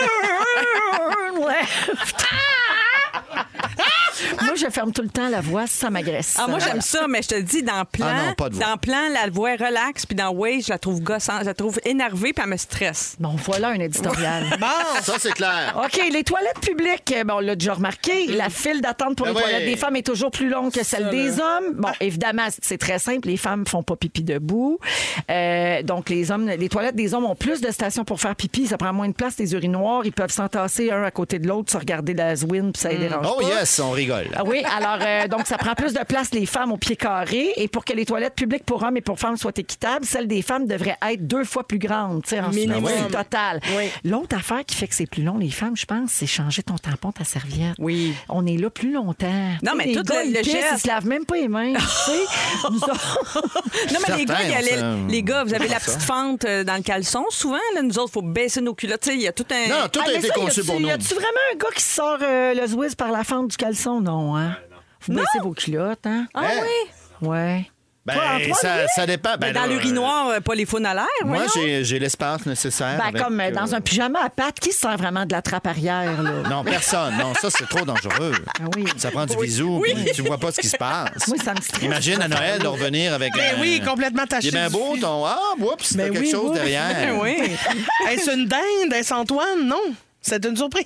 S3: Ah!
S1: turn left. Moi, je ferme tout le temps la voix, ça m'agresse.
S3: Ah, moi, j'aime ça, mais je te dis, dans plan,
S2: Ah non, pas de voix.
S3: dans plan, la voix est relaxe, puis dans Waze, je la trouve gossante, je la trouve énervée, puis elle me stresse.
S1: Bon, voilà un éditorial.
S2: Ça, c'est clair.
S1: OK, les toilettes publiques, euh, bon, on l'a déjà remarqué, la file d'attente pour
S2: Ben
S1: les
S2: ouais. Ah.
S1: toilettes des femmes est toujours plus longue que celle des hommes. Bon, évidemment, c'est- c'est très simple, les femmes font pas pipi debout. Euh, donc, les hommes, les toilettes des hommes ont plus de stations pour faire pipi, ça prend moins de place, les urinoirs, ils peuvent s'entasser un à côté de l'autre, se regarder la zwin, puis ça les dérange
S2: Oh
S1: pas.
S2: yes, on rigole.
S1: Ah Oui, alors euh, donc ça prend plus de place les femmes au pied carré et pour que les toilettes publiques pour hommes et pour femmes soient équitables, celles des femmes devraient être deux fois plus grandes, tu sais, en
S4: Minimum.
S1: surface totale.
S4: Oui.
S1: L'autre affaire qui fait que c'est plus long les femmes, je pense, c'est changer ton tampon ta serviette.
S3: Oui.
S1: On est là plus longtemps.
S3: Non,
S1: Tu sais,
S3: mais
S1: les
S3: tout
S1: gars,
S3: le-
S1: ils
S3: le
S1: pissent,
S3: geste.
S1: ils se lavent même pas les mains, tu sais. Nous autres-
S3: Non, mais
S2: Certains,
S3: les gars, il y a les,
S2: ça,
S3: les gars, vous avez la
S2: ça.
S3: petite fente euh, dans le caleçon. Souvent, là, nous autres, il faut baisser nos culottes. Tu sais, il y a tout un.
S2: Non, tout
S1: Ah,
S2: a
S1: mais
S2: été
S1: ça,
S2: conçu
S1: y a-tu-
S2: pour nous.
S1: Y a-tu vraiment un gars qui sort euh, le Zwiz par la fente du caleçon non hein Vous baissez vos culottes hein
S3: Ah
S2: Hein?
S3: oui!
S1: Ouais. Toi,
S2: Ben,
S1: Antoine,
S2: ça, ça dépend. Ben,
S3: Mais dans
S2: là,
S3: l'urinoir, euh, pas les faunes à l'air.
S2: euh, Moi,
S3: voyons.
S2: j'ai j'ai l'espace nécessaire.
S1: Ben,
S2: avec,
S1: comme euh, dans
S2: euh,
S1: un pyjama à pattes, qui se sert vraiment de la trappe arrière, là?
S2: Non, personne. Non, ça, c'est trop dangereux.
S1: oui.
S2: Ça prend du bisou. puis Tu vois pas ce qui se passe.
S1: Moi, ça me stresse.
S2: Imagine à Noël de revenir avec.
S4: Ben
S2: un-
S4: oui, complètement
S2: Il
S4: taché.
S2: est bien
S4: du
S2: beau
S4: fil.
S2: ton. Ah, oups, il y a
S4: Ben
S2: quelque
S4: oui,
S2: chose
S4: oui.
S2: derrière.
S4: [laughs]
S3: Ben oui.
S4: Est-ce une dinde? Est-ce Antoine? Non. C'est
S1: [laughs]
S4: une surprise.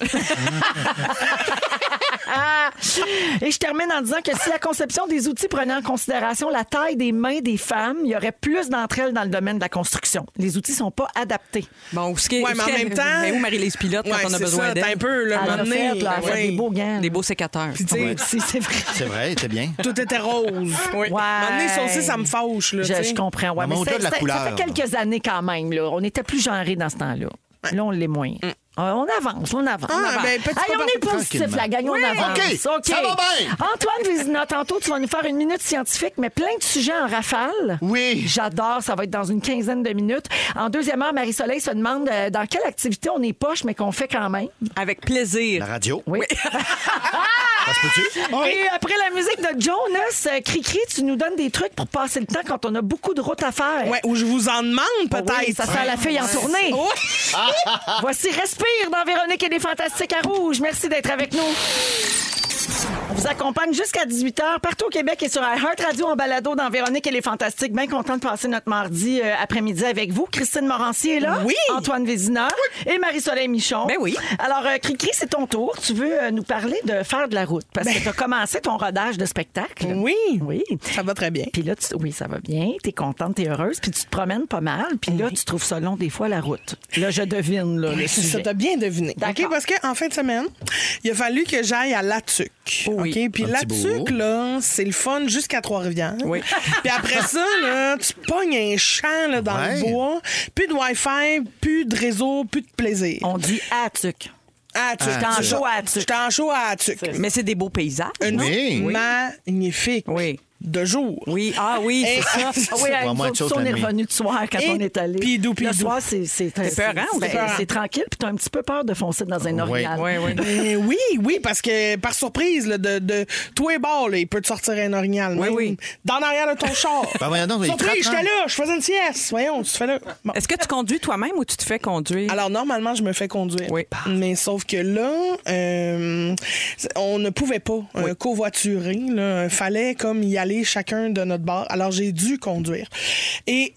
S1: Ah! Et je termine en disant que si la conception des outils prenait en considération la taille des mains des femmes, il y aurait plus d'entre elles dans le domaine de la construction. Les outils sont pas adaptés.
S3: Bon, où ce qui est.
S4: Ouais, mais en même temps-
S3: Mais où Marie-Lise Pilote
S4: Ouais,
S3: quand on a
S4: c'est
S3: besoin
S4: ça, t'as un
S3: d'elle?
S4: peu, là,
S1: Elle
S4: un
S1: l'a
S4: moment
S1: fait,
S4: donné,
S1: là, elle fait
S4: ouais.
S1: des beaux gants.
S3: Des beaux sécateurs.
S4: Puis, tu sais,
S1: Si, c'est vrai.
S2: C'est vrai, t'es bien.
S4: tout
S1: [laughs]
S4: était rose. Oui. Un moment donné, ça aussi, ça me fâche. Là,
S1: Je,
S4: tu sais.
S1: je comprends. Ouais,
S2: Non, mais
S1: mais
S2: au-delà
S1: c'est-
S2: de la
S1: c'est-
S2: couleur,
S1: ça fait quelques années quand même. Là. On était plus genrés dans ce temps-là. Là, on l'est moins. Ah, On avance, on avance.
S4: Mm. Ah,
S1: on avance.
S4: ben, petit
S1: Allez, on
S4: pas
S1: est
S4: partout,
S1: positif,
S2: tranquillement.
S1: la gagne, on avance.
S2: OK, ça va bien.
S1: Antoine Vézina, tantôt, tu vas nous faire une minute scientifique, mais plein de sujets en rafale.
S2: Oui.
S1: J'adore, ça va être dans une quinzaine de minutes. En deuxième heure, Marie-Soleil se demande euh, dans quelle activité on est poche, mais qu'on fait quand même.
S3: Avec
S2: La
S3: plaisir.
S2: radio.
S1: Oui.
S2: Ça se peut-tu? Oh,
S1: Et après la musique de Jonas, euh, Cricri, tu nous donnes des trucs pour passer le temps quand on a beaucoup de route à faire.
S4: Ouais, ou je vous en demande,
S1: Ah oui,
S4: peut-être.
S1: ça sent la feuille en tournée.
S4: Oh!
S1: Voici Respire dans Véronique et les Fantastiques à Rouge. Merci d'être avec nous. On vous accompagne jusqu'à 18h partout au Québec et sur iHeartRadio en balado dans Véronique et les Fantastiques. Bien content de passer notre mardi euh, après-midi avec vous. Christine Morancier est là.
S4: Oui.
S1: Antoine Vézina. Et Marie-Soleil Michon.
S3: Ben oui.
S1: Alors, euh, Cricri, c'est ton tour. Tu veux euh, nous parler de faire de la route parce que tu as commencé ton rodage de spectacle.
S4: Oui.
S1: Oui.
S4: Ça va très bien.
S1: Puis là, tu- oui, ça va bien. T'es contente, t'es heureuse. Puis tu te promènes pas mal. Puis là, tu trouves ça long des fois la route. Là, je devine là, le
S4: Ça
S1: sujet.
S4: t'a bien deviné.
S1: D'accord.
S4: OK? Parce qu'en fin de semaine, il a fallu que j'aille à Latuc.
S1: Oh Oui.
S4: OK? Puis
S2: Un petit
S4: Latuc,
S2: bout.
S4: là, c'est le fun jusqu'à Trois-Rivières. [laughs] Puis après ça, là, tu pognes un champ là, dans
S2: Ouais.
S4: le bois. Plus de Wi-Fi, plus de réseau, plus de plaisir.
S1: On dit Ah, Atuc.
S4: À Tuc.
S1: J'étais en
S4: C'est ça.
S1: chaud à Tuc.
S4: J'étais en chaud à Tuc.
S3: Mais c'est des beaux paysages.
S4: Une
S3: non?
S2: Oui.
S4: nuit magnifique
S3: Oui.
S4: de jour.
S3: Oui. Ah oui,
S4: Eh, [laughs]
S3: c'est ça.
S1: Ah oui,
S2: Vraiment une
S1: nous autres,
S2: chose
S1: ça, on
S2: la
S1: est
S2: nuit.
S1: revenus de soir quand
S4: Et
S1: on est allé.
S4: pidou,
S1: Le
S4: pidou.
S1: soir, c'est c'est c'est-
S3: peurant, ou
S1: c'est-
S3: c'est
S1: C'est tranquille, puis t'as un petit peu peur de foncer dans un orignal.
S3: Oui, oui.
S4: Euh, oui, oui, parce que par surprise, là, de, de toi et bord, là, il peut te sortir un orignal.
S3: Oui,
S4: même
S3: oui.
S4: Dans l'arrière de ton char.
S2: Ben voyons donc, il
S4: surprise,
S2: te
S4: j'étais
S2: rattrape.
S4: là, je faisais une sieste. Voyons, tu te fais là. Bon.
S3: Est-ce que tu conduis toi-même ou tu te fais conduire?
S4: Alors, normalement, je me fais conduire.
S3: Oui.
S4: Mais sauf que là, euh, on ne pouvait pas euh, covoiturer. Il fallait comme y aller chacun de notre bar. Alors, j'ai dû conduire. Et.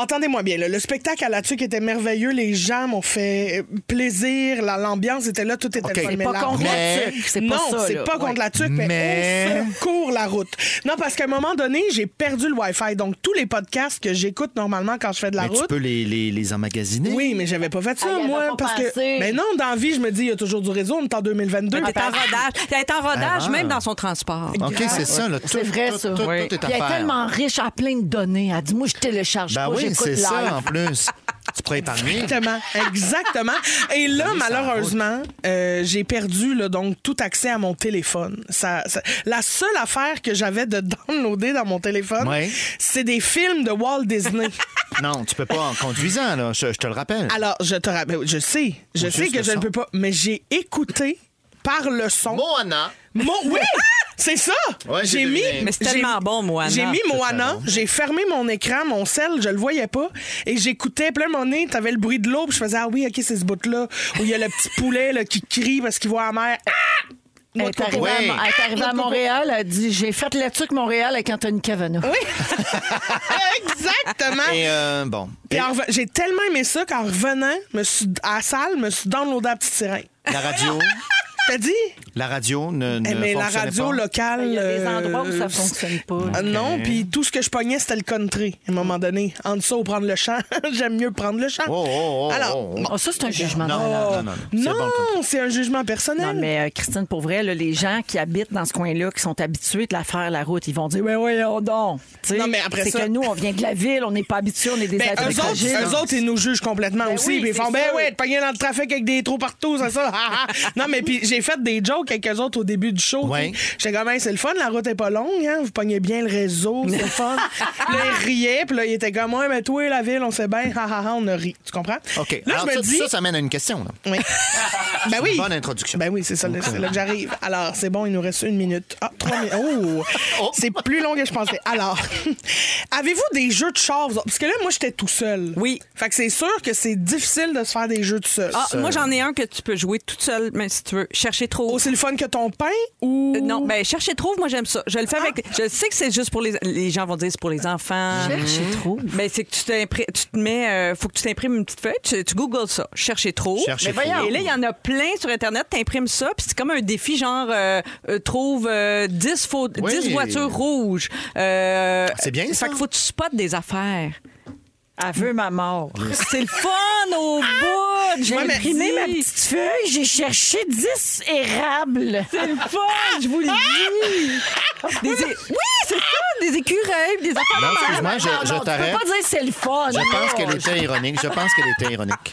S4: Entendez-moi bien, là, le spectacle à la tuque était merveilleux, les gens m'ont fait plaisir, la- l'ambiance était là, tout était
S2: Ok.
S4: le fun.
S2: C'est
S4: mais
S1: pas
S4: la
S1: contre
S4: route-
S2: la
S1: tuque, c'est pas
S4: Non,
S1: ça,
S4: c'est
S1: là.
S4: pas contre
S1: Ouais.
S4: la tuque, mais,
S2: Mais-
S4: on secourt la route. Non, parce qu'à un moment donné, j'ai perdu le Wi-Fi, donc tous les podcasts que j'écoute normalement quand je fais de la
S2: Mais
S4: route,
S2: tu peux les, les, les emmagasiner.
S4: oui, mais j'avais pas fait ça,
S1: Hein? Ah, il avait
S4: moi.
S1: pas
S4: Parce
S1: pensé. Ah,
S4: que. Mais non, dans la vie, je me dis, il y a toujours du réseau. On est en 2022.
S3: Elle est en rodage. Elle est en rodage,
S2: Ah.
S3: même dans son transport.
S2: OK, c'est ça. là.
S1: C'est
S2: Tout-
S1: vrai,
S2: tout-
S1: ça.
S2: tout- Tout
S3: Oui.
S2: est à
S1: Puis elle est
S2: faire.
S1: tellement riche à plein de données. Elle dit, moi, je télécharge
S2: Ben
S1: pas,
S2: oui,
S1: j'écoute
S2: c'est ça,
S1: l'heure.
S2: en plus. Tu pourrais
S4: [laughs]
S2: épargner.
S4: Exactement,
S1: [laughs]
S4: exactement. Et là,
S2: Allez, ça
S4: malheureusement, euh, j'ai perdu là, donc tout accès à mon téléphone. Ça, ça- la seule affaire que j'avais de [laughs] downloader dans mon téléphone,
S2: Ouais.
S4: c'est des films de
S2: [laughs]
S4: Walt Disney.
S2: Non, tu peux pas en conduisant, là. Je, je te le rappelle.
S4: Alors, je te rappelle, je sais, je
S2: Ou
S4: sais
S2: juste
S4: que
S2: le
S4: je ne
S2: son.
S4: peux pas, mais j'ai écouté par le son.
S2: Moana.
S4: Mon, oui! C'est ça!
S2: Ouais, j'ai
S4: j'ai mis.
S2: deviné.
S3: Mais c'est
S4: j'ai-
S3: tellement bon, Moana.
S4: J'ai mis
S2: C'est
S4: Moana,
S2: tellement bon.
S4: j'ai fermé mon écran, mon sel, je le voyais pas, et j'écoutais plein mon nez, t'avais le bruit de l'eau, puis je faisais Ah oui, ok, c'est ce bout-là, où il y a
S2: [laughs]
S4: le petit poulet là, qui crie parce qu'il voit la mer. Ah!
S1: Elle
S4: Moi,
S1: est
S4: de
S1: arrivée,
S2: Oui.
S1: à, elle est arrivée à Montréal, elle dit, j'ai fait la tuque Montréal avec Anthony Cavanaugh.
S4: [laughs] Exactement!
S2: Et euh, bon.
S4: Puis en reven- j'ai tellement aimé ça qu'en revenant me suis, à la salle, me suis downloadé la petite sirène.
S2: La radio.
S4: T'as dit?
S2: La radio ne, ne
S4: Eh, mais la
S2: fonctionnait
S4: radio
S2: pas.
S4: locale.
S1: Il y a des
S4: euh,
S1: endroits où ça fonctionne pas.
S4: Ah, Non, puis tout ce que je pognais, c'était le country, à un moment donné. Entre ça ou prendre le champ, [laughs] j'aime mieux prendre le champ.
S2: Oh, oh, oh,
S4: Alors,
S2: oh, oh.
S1: Ah, ça, c'est un jugement de
S2: Non, non,
S1: valeur.
S2: non, non. C'est
S4: non,
S2: bon, le country.
S4: c'est un jugement personnel.
S1: Non, mais euh, Christine, pour vrai, là, les gens qui habitent dans ce coin-là, qui sont habitués de la faire, la route, ils vont dire, oui, oui, on donc. Tu sais,
S4: Non, mais après
S1: C'est
S4: ça-
S1: que nous, on vient de la ville, on n'est pas habitués, on est des
S4: Ben,
S1: êtres
S4: eux, autres,
S1: fragiles.
S4: eux autres, ils nous jugent complètement aussi.
S1: oui,
S4: Puis ils
S1: c'est
S4: font, ben
S1: sûr.
S4: ouais, de pogner dans le trafic avec des trous partout, c'est ça. [laughs] ha, ha. non, mais puis j'ai fait des jokes avec eux autres au début du show.
S2: Ouais.
S4: tu sais. J'étais comme, Hey, c'est le fun, la route est pas longue, hein. Vous pognez bien le réseau, c'est
S1: [laughs]
S4: le fun. puis là, ils riaient, puis là, ils étaient comme, ouais, mais toi, la ville, on sait bien, ha, ha, ha, on a ri. Tu comprends?
S2: OK.
S4: Là,
S2: Alors,
S4: je me
S2: ça,
S4: dis.
S2: ça, ça mène à une question. là. [laughs]
S4: Oui. ben oui.
S2: Bonne introduction.
S4: Ben oui, c'est ça, c'est là que j'arrive. Alors, c'est bon, il nous reste une minute. Ah, trois minutes.
S3: [laughs]
S4: Oh! C'est plus long que je pensais. Alors, [laughs] avez-vous des jeux de char? vous autres? Parce que là, moi, j'étais tout seul.
S3: Oui.
S4: Fait que c'est sûr que c'est difficile de se faire des jeux tout seul.
S3: Ah, moi, j'en ai un que tu peux jouer toute seule, mais si tu veux. Chercher trop.
S4: Aussi Oh, le fun que ton pain ou.
S3: Euh, Non, ben chercher trouve, moi j'aime ça. Je le fais
S1: Ah!
S3: avec. Je sais que c'est juste pour les. Les gens vont dire c'est pour les enfants.
S1: Cherche et trouve.
S3: Mais c'est que tu, t'impri- tu te mets. euh, faut que tu t'imprimes une petite feuille. Tu, tu googles ça. Chercher trouve.
S2: Cherche et
S3: Mais
S2: trouve.
S3: Et là, il y en a plein sur Internet. T'imprimes ça. Puis c'est comme un défi genre euh, euh, trouve euh, 10, faut-
S2: Oui. Ah,
S3: 10 voitures rouges. Euh,
S2: C'est bien, ça.
S3: Fait qu'il faut que tu spots des affaires.
S1: Elle veut ma mort.
S3: [laughs] C'est le fun au
S2: Ah!
S3: bout. J'ai
S1: J'ai imprimé
S3: imprimé
S1: ma petite feuille, j'ai cherché 10 érables. Ah!
S3: C'est le fun, je vous le
S2: [laughs]
S3: dis. Des é- Oui, c'est ça, des écureuils, des affaires.
S2: Non, excuse-moi, je,
S1: Non,
S2: je
S1: non, tu peux
S2: t'arrête.
S1: pas dire c'est le fun.
S2: Je pense
S1: là.
S2: qu'elle était ironique. Je pense qu'elle était ironique.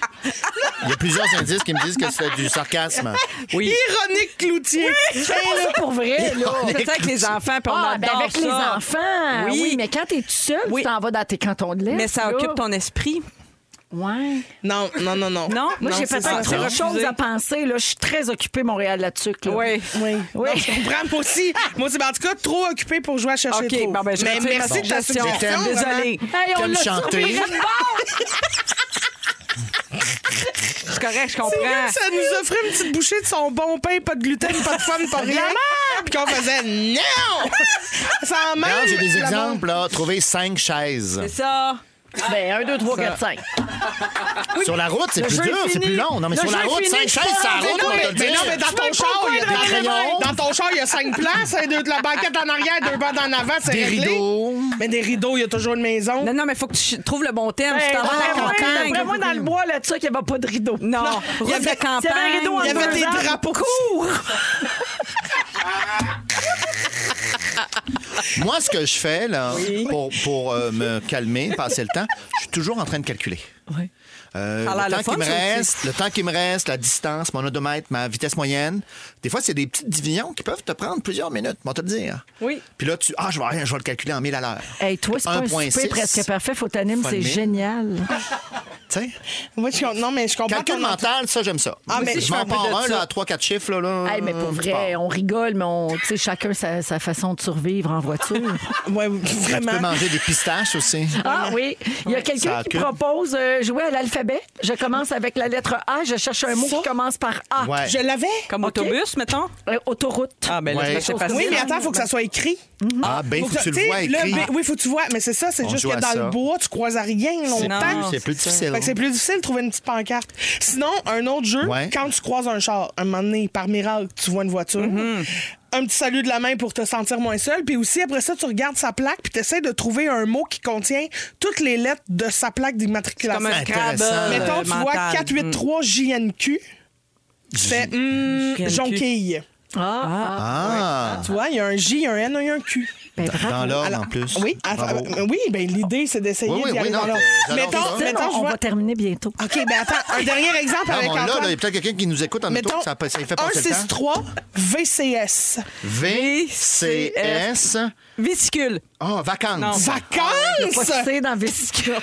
S2: Il y a plusieurs indices qui me disent que c'est du
S4: [laughs]
S2: sarcasme.
S3: Oui.
S4: Ironique Cloutier!
S1: C'est pas ça pour vrai,
S2: [laughs]
S1: là.
S3: On fait ça avec les enfants, puis on
S1: Ah, ben
S3: adore
S1: avec
S3: ça.
S1: les enfants. Oui.
S3: Oui.
S1: mais quand t'es tout seul,
S3: Oui.
S1: tu t'en vas dans tes cantons de l'Est.
S3: Mais ça
S1: là.
S3: occupe ton esprit.
S1: Ouais.
S4: [laughs] Non, non, non, non.
S3: Non?
S1: Moi, j'ai
S3: c'est
S1: peut-être
S3: ça,
S1: trop de
S3: c'est
S1: choses
S3: refusé.
S1: à penser. Là. Je suis très occupée, Montréal, là-dessus. là.
S3: Oui.
S4: Oui.
S1: Oui.
S4: Non, je comprends. Moi aussi. Moi aussi. Ben, en tout cas, trop occupé pour jouer à chercher
S3: OK,
S4: trop.
S3: bon, ben, je
S4: Mais
S3: retire ma
S4: merci de ta
S3: suggestion.
S1: [laughs]
S2: J'étais-
S4: suggestion. vraiment.
S3: Désolée.
S1: Hey, on
S2: T'aimes
S1: l'a
S2: chanter?
S1: surpris, Red Bull!
S3: C'est correct, je
S4: C'est comme
S3: comprends.
S4: si ça nous offrait une petite bouchée de son bon pain, pas de gluten, pas de fun, pas rien. Puis qu'on faisait non! ça en
S2: Non,
S4: mêle,
S2: j'ai des
S4: la
S2: exemples. Là. Trouver cinq chaises.
S3: C'est ça.
S1: [laughs] Ben, 1, 2, 3, 4, 5.
S2: Sur la route, c'est plus
S7: jeu est
S2: dur, c'est
S7: fini.
S2: plus long. Non, mais
S7: Le
S2: sur la
S7: jeu est
S2: route,
S7: fini, je
S2: 5
S7: suis
S2: chaises,
S7: pas
S2: c'est la
S7: rendu
S2: route,
S7: là,
S2: on va te
S4: Mais,
S2: le
S4: mais non, mais
S2: dire.
S4: dans ton char, il y a
S2: des
S4: des
S2: crayons.
S4: Dans ton char, il y a cinq places, hein, deux de la banquette en arrière, deux bandes en avant, c'est
S2: Des
S4: réglé.
S2: rideaux.
S4: Mais des rideaux, il y a toujours une maison.
S3: Non, non, mais faut que tu ch- trouves le bon terme.
S1: Hey,
S3: tu t'en vas à la
S1: d'après moi,
S3: campagne.
S1: Ben, d'après moi, dans le bois, là-dessus, qu'il n'y avait pas de rideau.
S3: Non, route
S4: il y avait-
S3: de campagne.
S1: il y avait un rideau en
S4: Il y avait des drapeaux. Cours!
S2: Moi, ce que je fais, là, pour, pour, euh, me calmer, passer le temps, je suis toujours en train de calculer. Euh,
S3: Ça a
S2: le
S3: l'air le
S2: temps
S3: fun,
S2: qui me
S3: ça aussi.
S2: reste, le temps qui me reste, la distance, mon odomètre, ma vitesse moyenne. Des fois, c'est des petites divisions qui peuvent te prendre plusieurs minutes, moi te le dire.
S3: Oui.
S2: Puis là, tu ah, je vais rien, je vais le calculer en 1000 à l'heure.
S1: Hey, toi, c'est pas un
S2: 1.6.
S1: souper presque parfait. Faut t'animer,
S2: Fun
S1: c'est
S2: meal.
S1: génial.
S2: Tu sais,
S4: Moi, je, com- non, mais je comprends.
S2: calcul
S4: ton-
S2: mental, ça j'aime ça.
S4: Ah, mais si, je
S2: je
S4: fais
S2: m'en
S4: un peu de
S2: pars un
S4: ça.
S2: là, à 3 4 chiffres là. là
S1: Hey, mais pour
S2: tu
S1: vrai,
S2: pars.
S1: on rigole, mais on, tu sais, chacun sa, sa façon de survivre en voiture.
S4: Ouais,
S2: Tu peux
S4: vraiment.
S2: manger des pistaches aussi.
S1: [laughs] Ah oui, il y a
S2: Ça
S1: quelqu'un qui
S2: occupe.
S1: propose euh, jouer à l'alphabet. Je commence avec la lettre A, je cherche un mot
S4: Ça?
S1: qui commence par A.
S2: Ouais.
S4: Je l'avais.
S3: Comme autobus, mettons.
S1: Euh, autoroute.
S3: Ah, ben là,
S2: Ouais.
S3: ça, c'est facile.
S4: Oui, mais attends, il faut que ça soit écrit.
S2: Ah, ben, faut que tu
S4: ça-
S2: le vois
S4: sais, là,
S2: écrit.
S4: ben, oui, faut que tu vois. Mais c'est ça, c'est
S2: On
S4: juste
S2: joue
S4: que
S2: à
S4: dans
S2: ça.
S4: le bois, tu croises à rien longtemps.
S3: Non,
S2: C'est plus difficile.
S4: Fait que c'est plus difficile de trouver une petite pancarte. Sinon, un autre jeu,
S2: Ouais.
S4: quand tu croises un char, un moment donné, par miracle, tu vois une voiture.
S2: Mm-hmm.
S4: Un petit salut de la main pour te sentir moins seul. Puis aussi, après ça, tu regardes sa plaque puis tu essaies de trouver un mot qui contient toutes les lettres de sa plaque
S3: Comme
S4: d'immatriculation.
S3: un crabe.
S2: Intéressant.
S3: euh,
S4: Mettons, tu vois
S3: mental.
S4: 483 JNQ. Tu fais hum,
S3: JNQ.
S4: jonquille.
S1: Ah,
S2: Ah,
S4: Tu vois, il y a un J, un N, un Q.
S1: ben bravo.
S2: dans l'ordre Oh, en
S4: Alors,
S2: plus. Ah,
S4: Oui, à-
S2: Bravo.
S4: euh, oui ben, l'idée, c'est d'essayer
S2: Oui, oui,
S4: d'y
S2: oui,
S4: aller
S2: non,
S4: dans l'ordre.
S2: j'adore
S1: Ah,
S4: Mettons,
S2: ça.
S4: mettons, je
S1: on va
S4: vois-
S1: terminer bientôt.
S4: OK, ben attends, un dernier exemple
S2: Ah,
S4: avec
S2: bon, là, là, il y a
S4: Antoine.
S2: peut-être quelqu'un qui nous écoute en
S4: Mettons,
S2: auto, ça, ça lui fait passer le temps.
S4: 163 VCS.
S2: V, C, S.
S3: Viticule.
S2: Ah, vacances.
S4: Vacances!
S1: Pas de C dans vésicule.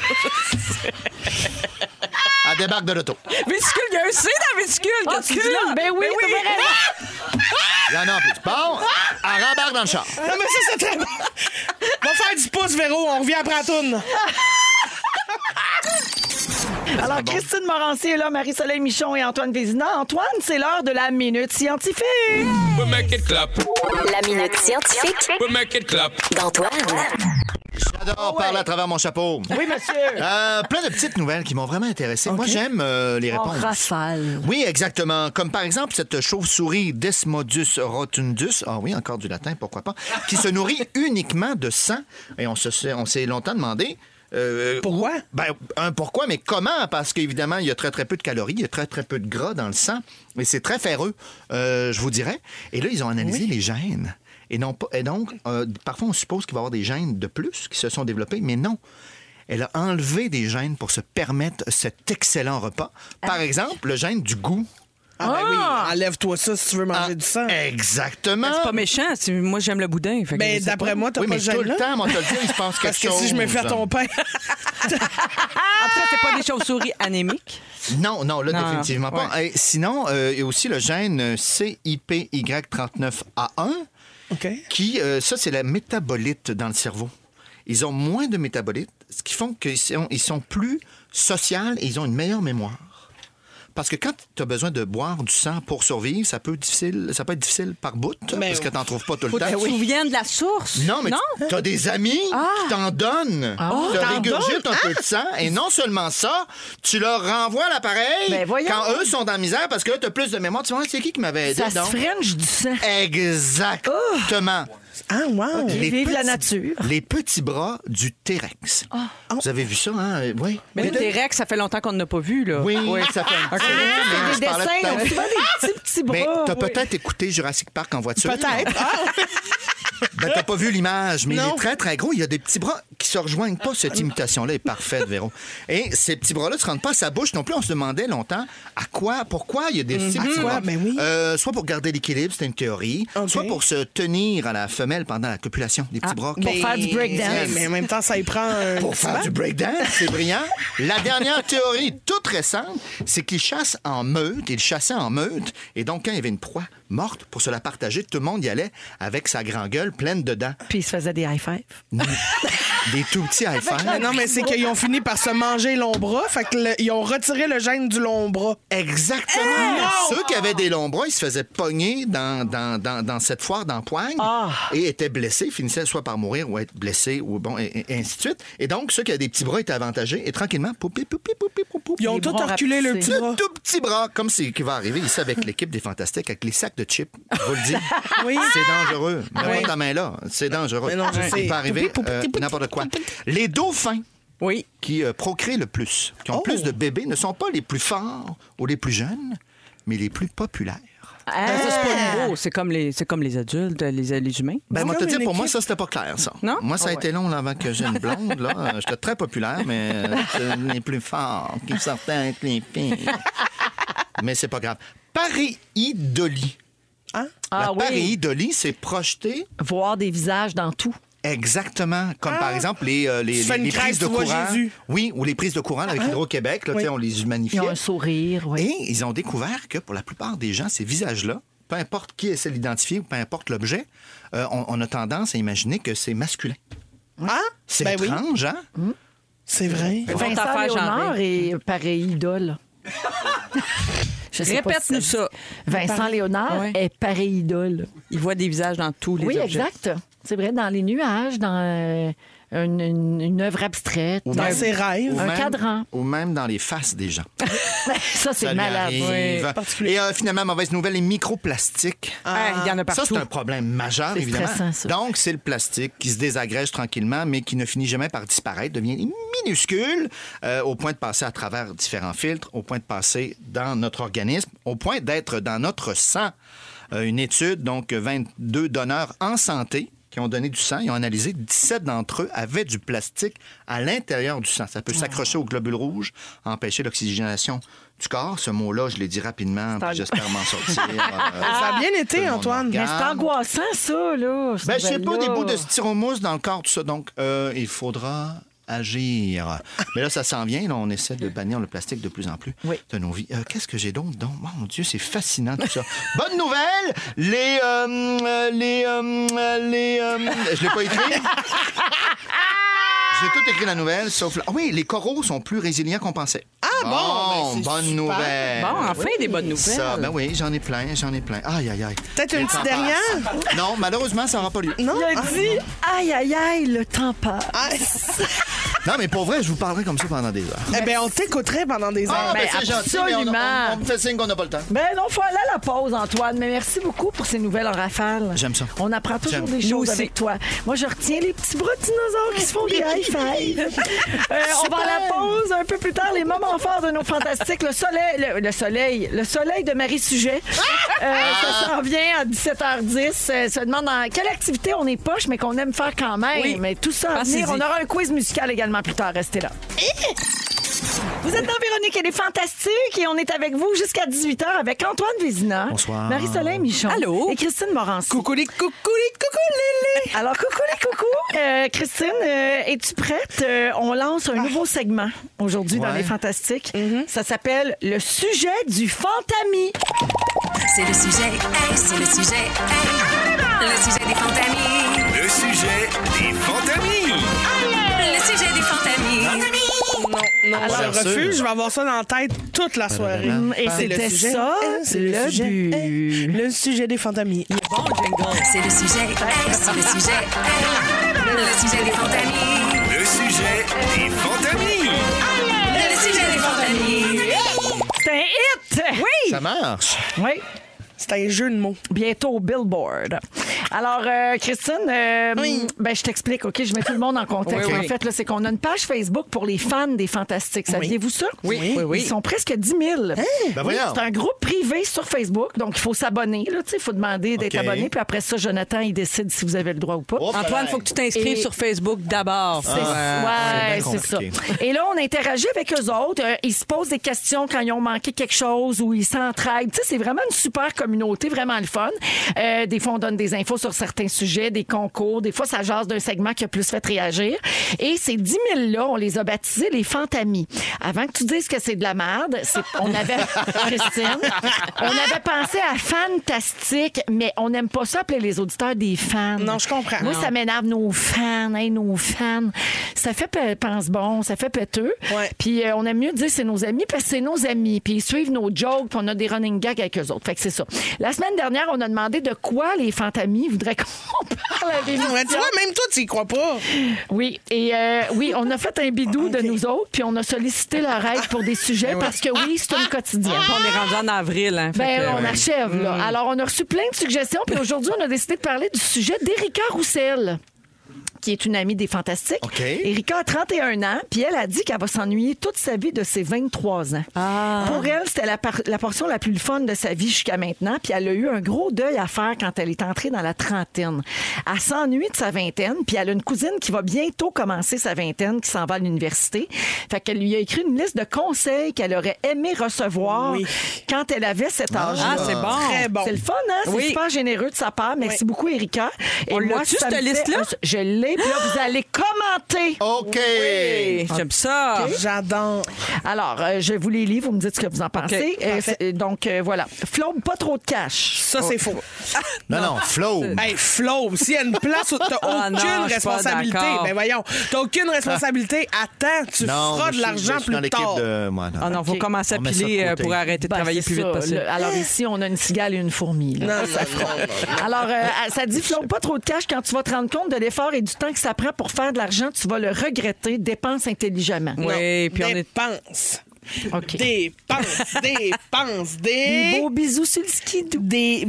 S2: Elle débarque de l'auto.
S3: Viticule, il y a un C dans viticule.
S1: Ah,
S3: Qu'est-ce que tu dis
S1: cul,
S3: là?
S1: ben oui, t'as bien raison.
S2: Il y en a en plus. Bon, elle rembarque dans le char.
S4: Non, mais ça, c'est très bon. Va faire du pouce, Véro, on revient après la toune.
S1: Alors, Christine Morancy est là, Marie-Soleil Michon et Antoine Vézina. Antoine, c'est l'heure de la minute scientifique.
S8: La minute scientifique d'Antoine.
S4: Ah
S2: J'adore parler à travers mon chapeau.
S1: Oui, monsieur.
S2: Euh, plein de petites nouvelles qui m'ont vraiment intéressé. Moi, j'aime euh, les
S1: En
S2: réponses.
S1: rafale.
S2: Oui, exactement. Comme par exemple cette chauve-souris Desmodus rotundus, ah oui, encore du latin, pourquoi pas, qui se nourrit [laughs] uniquement de sang. Et on se s'est- on s'est longtemps demandé. euh,
S4: Pourquoi?
S2: Ben, un pourquoi, mais comment? Parce qu'évidemment, il y a très, très peu de calories, il y a très, très peu de gras dans le sang, mais c'est très ferreux, euh, je vous dirais. Et là, ils ont analysé les gènes. Et, non, pas- et donc, euh, parfois, on suppose qu'il va y avoir des gènes de plus qui se sont développés, mais non. Elle a enlevé des gènes pour se permettre cet excellent repas. Par exemple, le gène du goût.
S4: Ah, ben oui, enlève-toi ça si tu veux manger
S2: Ah,
S4: du sang. Ah,
S2: Exactement.
S3: Ah, C'est pas méchant. c'est- Moi, j'aime le boudin. fait que
S4: Ben,
S3: je sais pas.
S4: d'après moi, t'as
S2: Oui,
S4: pas
S2: mais
S4: de
S2: tout le
S4: là.
S2: temps, on te le dit, il se passe quelque
S4: [laughs] Parce que
S2: chose.
S4: si je me fais à ton pain.
S2: [laughs]
S3: En tout cas, c'est pas des chauves-souris anémiques.
S2: Non, non, là,
S3: Non,
S2: définitivement pas. Et sinon, euh, il y a aussi le gène euh, CIPY39A1,
S4: OK.
S2: qui, euh, ça, c'est la métabolite dans le cerveau. Ils ont moins de métabolites, ce qui fait qu'ils sont, ils sont plus sociaux et ils ont une meilleure mémoire. Parce que quand tu as besoin de boire du sang pour survivre, ça peut, difficile, ça peut être difficile par bout, parce que tu n'en trouves pas tout le
S3: Faut que
S2: temps.
S3: tu te souviennes de la source.
S2: Ben Non, mais tu as des amis
S1: Ah.
S2: qui t'en donnent. tu
S4: t'en
S2: régurgites un peu de sang. Et non seulement ça, tu leur renvoies l'appareil
S1: Ben, voyons.
S2: quand eux sont dans la misère parce que tu as plus de mémoire. Tu vois, c'est qui qui m'avait aidé?
S1: Ça se
S2: donc?
S1: fringe du sang.
S2: Exactement.
S1: Oh.
S4: Ah, wow.
S2: Les
S1: Vive la
S2: petits-
S1: nature. Ah.
S2: Les petits bras du T-Rex. Vous avez vu ça, hein? Euh, Oui.
S1: Ben,
S3: Mais le T-Rex, ça fait longtemps qu'on n'a pas vu, là.
S2: Oui, ça fait un petit moment,
S1: Des
S2: je parlais tout à
S1: dessins,
S2: l'heure.
S1: donc souvent des petits, petits bras.
S2: Mais t'as
S1: oui.
S2: peut-être écouté Jurassic Park en voiture. Ah!
S4: Peut-être. Ah!
S2: Ben, t'as pas vu l'image, mais il
S4: Non. Ah.
S2: est très, très gros. Il y a des petits bras qui se rejoignent pas. Cette imitation-là est parfaite, Véro. Et ces petits bras-là ne se rendent pas à sa bouche non plus. On se demandait longtemps à quoi, pourquoi il y a des petits
S4: À quoi?
S2: bras.
S4: Ben oui.
S2: Euh, soit pour garder l'équilibre, c'était une théorie.
S4: Ok. Ah,
S2: Soit pour se tenir à la femelle pendant la copulation. Des petits bras.
S4: ben
S2: qui-
S1: Pour faire du breakdance.
S4: Mais en même temps, ça y prend un.
S2: pour faire du breakdance, c'est brillant. La dernière théorie, toute récente, c'est qu'ils chassent en meute, ils chassaient en meute, et donc quand il y avait une proie morte, pour se la partager, tout le monde y allait avec sa grand gueule pleine de dents.
S1: Puis il se faisait des high-fives.
S2: Des tout petits
S4: Mais
S2: iPhones.
S4: Ah, non, mais c'est qu'ils ont fini par se manger long bras. Fait que le- ils ont retiré le gène du long bras.
S2: Exactement. Ceux qui avaient des longs bras, ils se faisaient pogner dans, dans, dans, dans cette foire d'empoigne
S4: Ah!
S2: et étaient blessés, finissaient soit par mourir ou être blessés ou bon, et, et ainsi de suite. Et donc, ceux qui avaient des petits bras étaient avantagés et tranquillement, poupi, poupi, poupi, poupi,
S4: Ils ont
S1: Les
S4: tout
S1: bras
S4: reculé leur
S1: rapetissés.
S4: petit bras.
S2: Le tout petit bras, comme c'est qui va arriver ici avec l'équipe des Fantastiques, avec les sacs de chips. Je vous le dis.
S4: [laughs] Oui.
S2: C'est dangereux. Mets pas ta main là. C'est dangereux.
S4: Mais non, je sais.
S2: Il peut arriver euh, n'importe quoi. Les dauphins
S3: Oui.
S2: qui euh, procréent le plus, qui ont
S4: Oh.
S2: plus de bébés, ne sont pas les plus forts ou les plus jeunes, mais les plus populaires. Ah!
S3: Ben, ça, c'est pas nouveau. C'est comme les, c'est comme les adultes, les, les humains.
S2: Ben,
S4: C'est
S2: moi, te
S4: comme
S2: dire,
S4: une
S2: pour moi,
S4: équipe. Oh,
S2: ça, c'était pas clair, ça.
S3: Non?
S2: Moi, ça a été long là, avant que j'ai une blonde, là.
S4: [laughs]
S2: Euh, J'étais très populaire, mais euh, c'est les plus forts qui sortaient avec les filles. mais c'est pas grave. Paris-Idolie.
S4: Hein?
S2: La
S1: Ah oui.
S2: paréidolie, c'est projeter
S1: Voir des visages dans tout.
S2: exactement comme par exemple les, euh, les,
S4: Tu fais
S2: les-
S4: une
S2: les
S4: crêpe,
S2: prises de
S4: tu vois
S2: courant.
S4: Jésus.
S2: Oui, ou les prises de courant avec Hydro-Québec, là, tu sais, on les humanifiait.
S1: Ils ont un sourire, oui.
S2: Et ils ont découvert que pour la plupart des gens, ces visages-là, peu importe qui essaie de l'identifier ou peu importe l'objet, euh, on, on a tendance à imaginer que c'est masculin.
S4: Hein?
S2: C'est
S4: Ben oui,
S2: étrange, Ben hein?
S4: c'est vrai.
S1: Vincent
S3: affaire
S1: Léonard est pareil idole. [laughs] Je sais pas
S3: Répète-nous
S1: si ça-
S3: ça.
S1: Vincent Léonard
S3: Ouais.
S1: est pareil idole.
S3: Ils voient des visages dans tous les
S1: Oui,
S3: objets.
S1: exact. C'est vrai, dans les nuages, dans euh, une, une- une œuvre abstraite.
S2: Ou
S1: dans-
S2: même-
S4: ses rêves.
S2: ou
S1: Un cadran.
S2: Ou même dans les faces des gens.
S1: [laughs] ça,
S2: Ça
S1: c'est
S2: lui
S1: malade.
S2: arrive.
S4: Particulier.
S2: Et euh, finalement, mauvaise nouvelle, les microplastiques.
S3: Ah, Il y en a
S2: Ça,
S3: partout.
S2: c'est un problème majeur,
S1: C'est
S2: évidemment.
S1: stressant, ça.
S2: Donc, c'est le plastique qui se désagrège tranquillement, mais qui ne finit jamais par disparaître, devient minuscule, euh, au point de passer à travers différents filtres, au point de passer dans notre organisme, au point d'être dans notre sang. Euh, une étude, donc 22 donneurs en santé qui ont donné du sang, ils ont analysé 17 d'entre eux avaient du plastique à l'intérieur du sang. Ça peut s'accrocher aux globules rouges, empêcher l'oxygénation du corps. Ce mot-là, je l'ai dit rapidement, puis j'espère m'en sortir. euh,
S4: Ça a bien
S2: Tout le
S4: été,
S2: monde
S4: Antoine.
S2: regarde.
S1: Mais c'est angoissant, ça, là.
S2: Ben, je sais pas, des
S1: là.
S2: bouts de styromousse dans le corps, tout ça. Donc, euh, il faudra agir. Mais là, ça s'en vient. Là, on essaie de bannir le plastique de plus en plus
S1: Oui.
S2: de nos vies. Euh, Qu'est-ce que j'ai donc? donc? Mon Dieu, c'est fascinant tout ça. [laughs] Bonne nouvelle! Les... euh, euh, les... euh, euh, les euh, je l'ai pas écrit. J'ai tout écrit la nouvelle, sauf... la- Ah oui, les coraux sont plus résilients qu'on pensait. Ah
S4: bon, ben, c'est
S2: Bonne
S4: super.
S2: nouvelle!
S3: Bon, enfin, des bonnes nouvelles.
S2: Ben Ça, ben oui, j'en ai plein, j'en ai plein. Aïe, aïe, aïe.
S4: Peut-être une
S2: Les
S4: petite
S2: temps
S4: dernière?
S2: passent. Non, malheureusement, ça n'aura pas lieu.
S4: Non?
S1: Il a
S4: Ah.
S1: dit, aïe, aïe, aïe, le temps passe.
S4: Ah.
S2: Non, mais pour vrai, je vous parlerai comme ça pendant des heures.
S4: Eh bien, on t'écouterait pendant des heures.
S2: Ah, ben, c'est gentil, mais on-
S1: absolument.
S2: on, on me fait signe qu'on n'a pas le temps.
S1: Ben non, faut aller à la pause, Antoine. Mais merci beaucoup pour ces nouvelles en rafale.
S2: J'aime ça.
S1: On apprend toujours
S2: J'aime.
S1: des
S2: Nous
S1: choses
S3: aussi.
S1: avec toi. Moi, je retiens les petits bras de dinosaures qui se font des high five.
S2: [laughs]
S1: Euh, on va à la pause un peu plus tard. Les moments forts de nos fantastiques. Le soleil, le, le soleil, le soleil de Marie Sujet. Euh, ça s'en vient à 17h10. Euh, se demande dans quelle activité on est poche, mais qu'on aime faire quand même.
S3: Oui.
S1: Mais tout
S2: Ah,
S1: ça à venir. On
S3: Pensez-y.
S1: aura un quiz musical également plus tard. Restez là. Vous êtes dans Véronique, elle est fantastique et on est avec vous jusqu'à 18h avec Antoine Vézina.
S2: Bonsoir.
S1: Marie-Soleil Michon.
S3: Allô.
S1: Et Christine Morancy.
S4: Coucou les coucou les coucou les
S1: Alors, coucou les coucous. Euh, Christine, euh, es-tu prête? Euh, on lance un nouveau segment aujourd'hui dans
S2: Ah. Ouais.
S1: les fantastiques. Ça s'appelle le sujet du fantami.
S9: C'est le sujet, hey, c'est le sujet, hey. le sujet des fantamis,
S6: Le sujet des fantamis.
S9: le sujet des fantamis.
S4: Alors,
S2: Bien
S4: je
S2: sûr.
S4: refuse, je vais avoir ça dans la tête toute la soirée.
S1: Et c'était ça,
S4: c'est
S1: le but.
S4: eh, Le sujet des fantamies.
S3: Bon jingle.
S9: C'est le sujet, hey, c'est le sujet, hey. le sujet des fantamis,
S6: Le sujet des fantamis.
S9: le sujet des fantamis.
S1: C'est un hit!
S2: Ça marche.
S1: Oui,
S4: C'est un jeu de mots.
S1: bientôt au Billboard. Alors, euh, Christine, euh, ben, je t'explique, OK? Je mets tout le monde en contexte.
S2: Oui,
S1: En
S2: oui.
S1: fait, là, c'est qu'on a une page Facebook pour les fans des Fantastiques. Saviez-vous ça?
S3: Oui, oui, oui.
S1: Ils sont presque 10 000.
S2: Ben
S1: Oui,
S2: voyons.
S1: c'est un groupe privé sur Facebook, donc il faut s'abonner. là, tu sais, Il faut demander d'être
S2: OK.
S1: abonné, puis après ça, Jonathan, il décide si vous avez le droit ou pas.
S2: Oh,
S3: Antoine, faut que tu t'inscrives
S1: Et-
S3: sur Facebook d'abord.
S1: C'est
S2: Ah,
S1: ouais,
S2: c'est bien
S1: c'est ça.
S2: compliqué.
S1: Et là, on interagit avec eux autres. Euh, ils se posent des questions quand ils ont manqué quelque chose ou ils s'entraident. Tu sais, c'est vraiment une super communauté, vraiment le fun. Euh, des fois, on donne des infos sur certains sujets, des concours. Des fois, ça jase d'un segment qui a plus fait réagir. Et ces 10 000-là, on les a baptisés les fantamis. Avant que tu dises que c'est de la merde, c'est- on
S2: [laughs]
S1: avait, Christine, on avait pensé à fantastique, mais on n'aime pas ça appeler les auditeurs des fans.
S4: Non, je comprends.
S1: Moi,
S4: Non.
S1: ça m'énerve, nos fans, hein, nos fans. Ça fait pe- pense bon, ça fait péteux.
S4: Ouais.
S1: Puis euh, on aime mieux dire c'est nos amis parce que c'est nos amis. Puis ils suivent nos jokes, puis on a des running gags avec eux autres. Fait que c'est ça. La semaine dernière, on a demandé de quoi les fantamis voudraient [laughs] qu'on parle à l'émission.
S4: Ouais, tu vois, même toi, tu y crois pas.
S1: Oui, et euh, oui, on a fait un bidou de nous autres, puis on a sollicité leur aide pour des
S4: Ben
S1: sujets parce que oui, c'est une quotidienne.
S3: On
S4: Ah.
S3: est rendu en avril. Hein, fait que,
S1: Ben, on
S3: ouais.
S1: achève,
S4: Mm.
S1: là. Alors, on a reçu plein de suggestions, puis aujourd'hui, on a décidé de parler du sujet d'Erika Roussel qui est une amie des Fantastiques.
S2: OK.
S1: Erika a 31 ans, puis elle a dit qu'elle va s'ennuyer toute sa vie de ses 23 ans.
S3: Ah.
S1: Pour elle, c'était la, par- la portion la plus fun de sa vie jusqu'à maintenant, puis elle a eu un gros deuil à faire quand elle est entrée dans la trentaine. Elle s'ennuie de sa vingtaine, puis elle a une cousine qui va bientôt commencer sa vingtaine, qui s'en va à l'université. Fait qu'elle lui a écrit une liste de conseils qu'elle aurait aimé recevoir
S4: Oui.
S1: quand elle avait cet âge.
S3: Ah, c'est bon.
S4: Très bon.
S1: C'est le fun, hein? C'est
S3: Oui.
S1: super généreux de sa part. Merci
S4: Oui.
S1: beaucoup, Erika. Et
S3: On
S1: moi,
S3: l'a-tu,
S1: ça
S3: cette
S1: me fait
S3: liste-là? Oh.
S1: un- Je l'ai, puis là,
S3: [gasps]
S1: vous allez commenter.
S2: OK.
S3: Hey, J'aime ça.
S4: Ah, J'adore.
S1: Alors, euh, je vous les lis, vous me dites ce que vous en pensez. Euh,
S4: parfait.
S1: c'est- donc, euh, voilà. Flambe pas trop de cash.
S4: Ça, c'est faux.
S2: Non, non, Flo.
S4: Hey, Flo, s'il y a une place où t'as
S3: Ah non, je suis
S4: aucune
S3: pas
S4: responsabilité,
S3: d'accord.
S4: ben voyons, t'as aucune responsabilité, attends, tu
S2: Non,
S4: feras
S2: moi, je
S4: de
S2: suis- je
S4: l'argent
S2: suis dans
S4: plus
S2: l'équipe
S4: tard.
S2: de moi.
S3: Ah non, faut
S1: OK.
S3: commencer à
S2: On met ça de
S3: piler euh,
S2: côté.
S3: pour arrêter de
S1: Ben,
S3: travailler
S1: c'est
S3: plus
S1: ça.
S3: vite Ah! possible.
S1: Le- alors ici, on a une cigale et une fourmi. là.
S4: Non, ça fera.
S1: Alors, euh, ça dit, flambe pas trop de cash. Quand tu vas te rendre compte de l'effort et du temps que ça prend pour faire de l'argent, tu vas le regretter. Dépense intelligemment.
S3: Oui, puis on est.
S4: Dépense.
S1: OK.
S4: Dépense, dépense,
S1: Des
S4: des...
S1: beaux bisous sur le skidou. Des...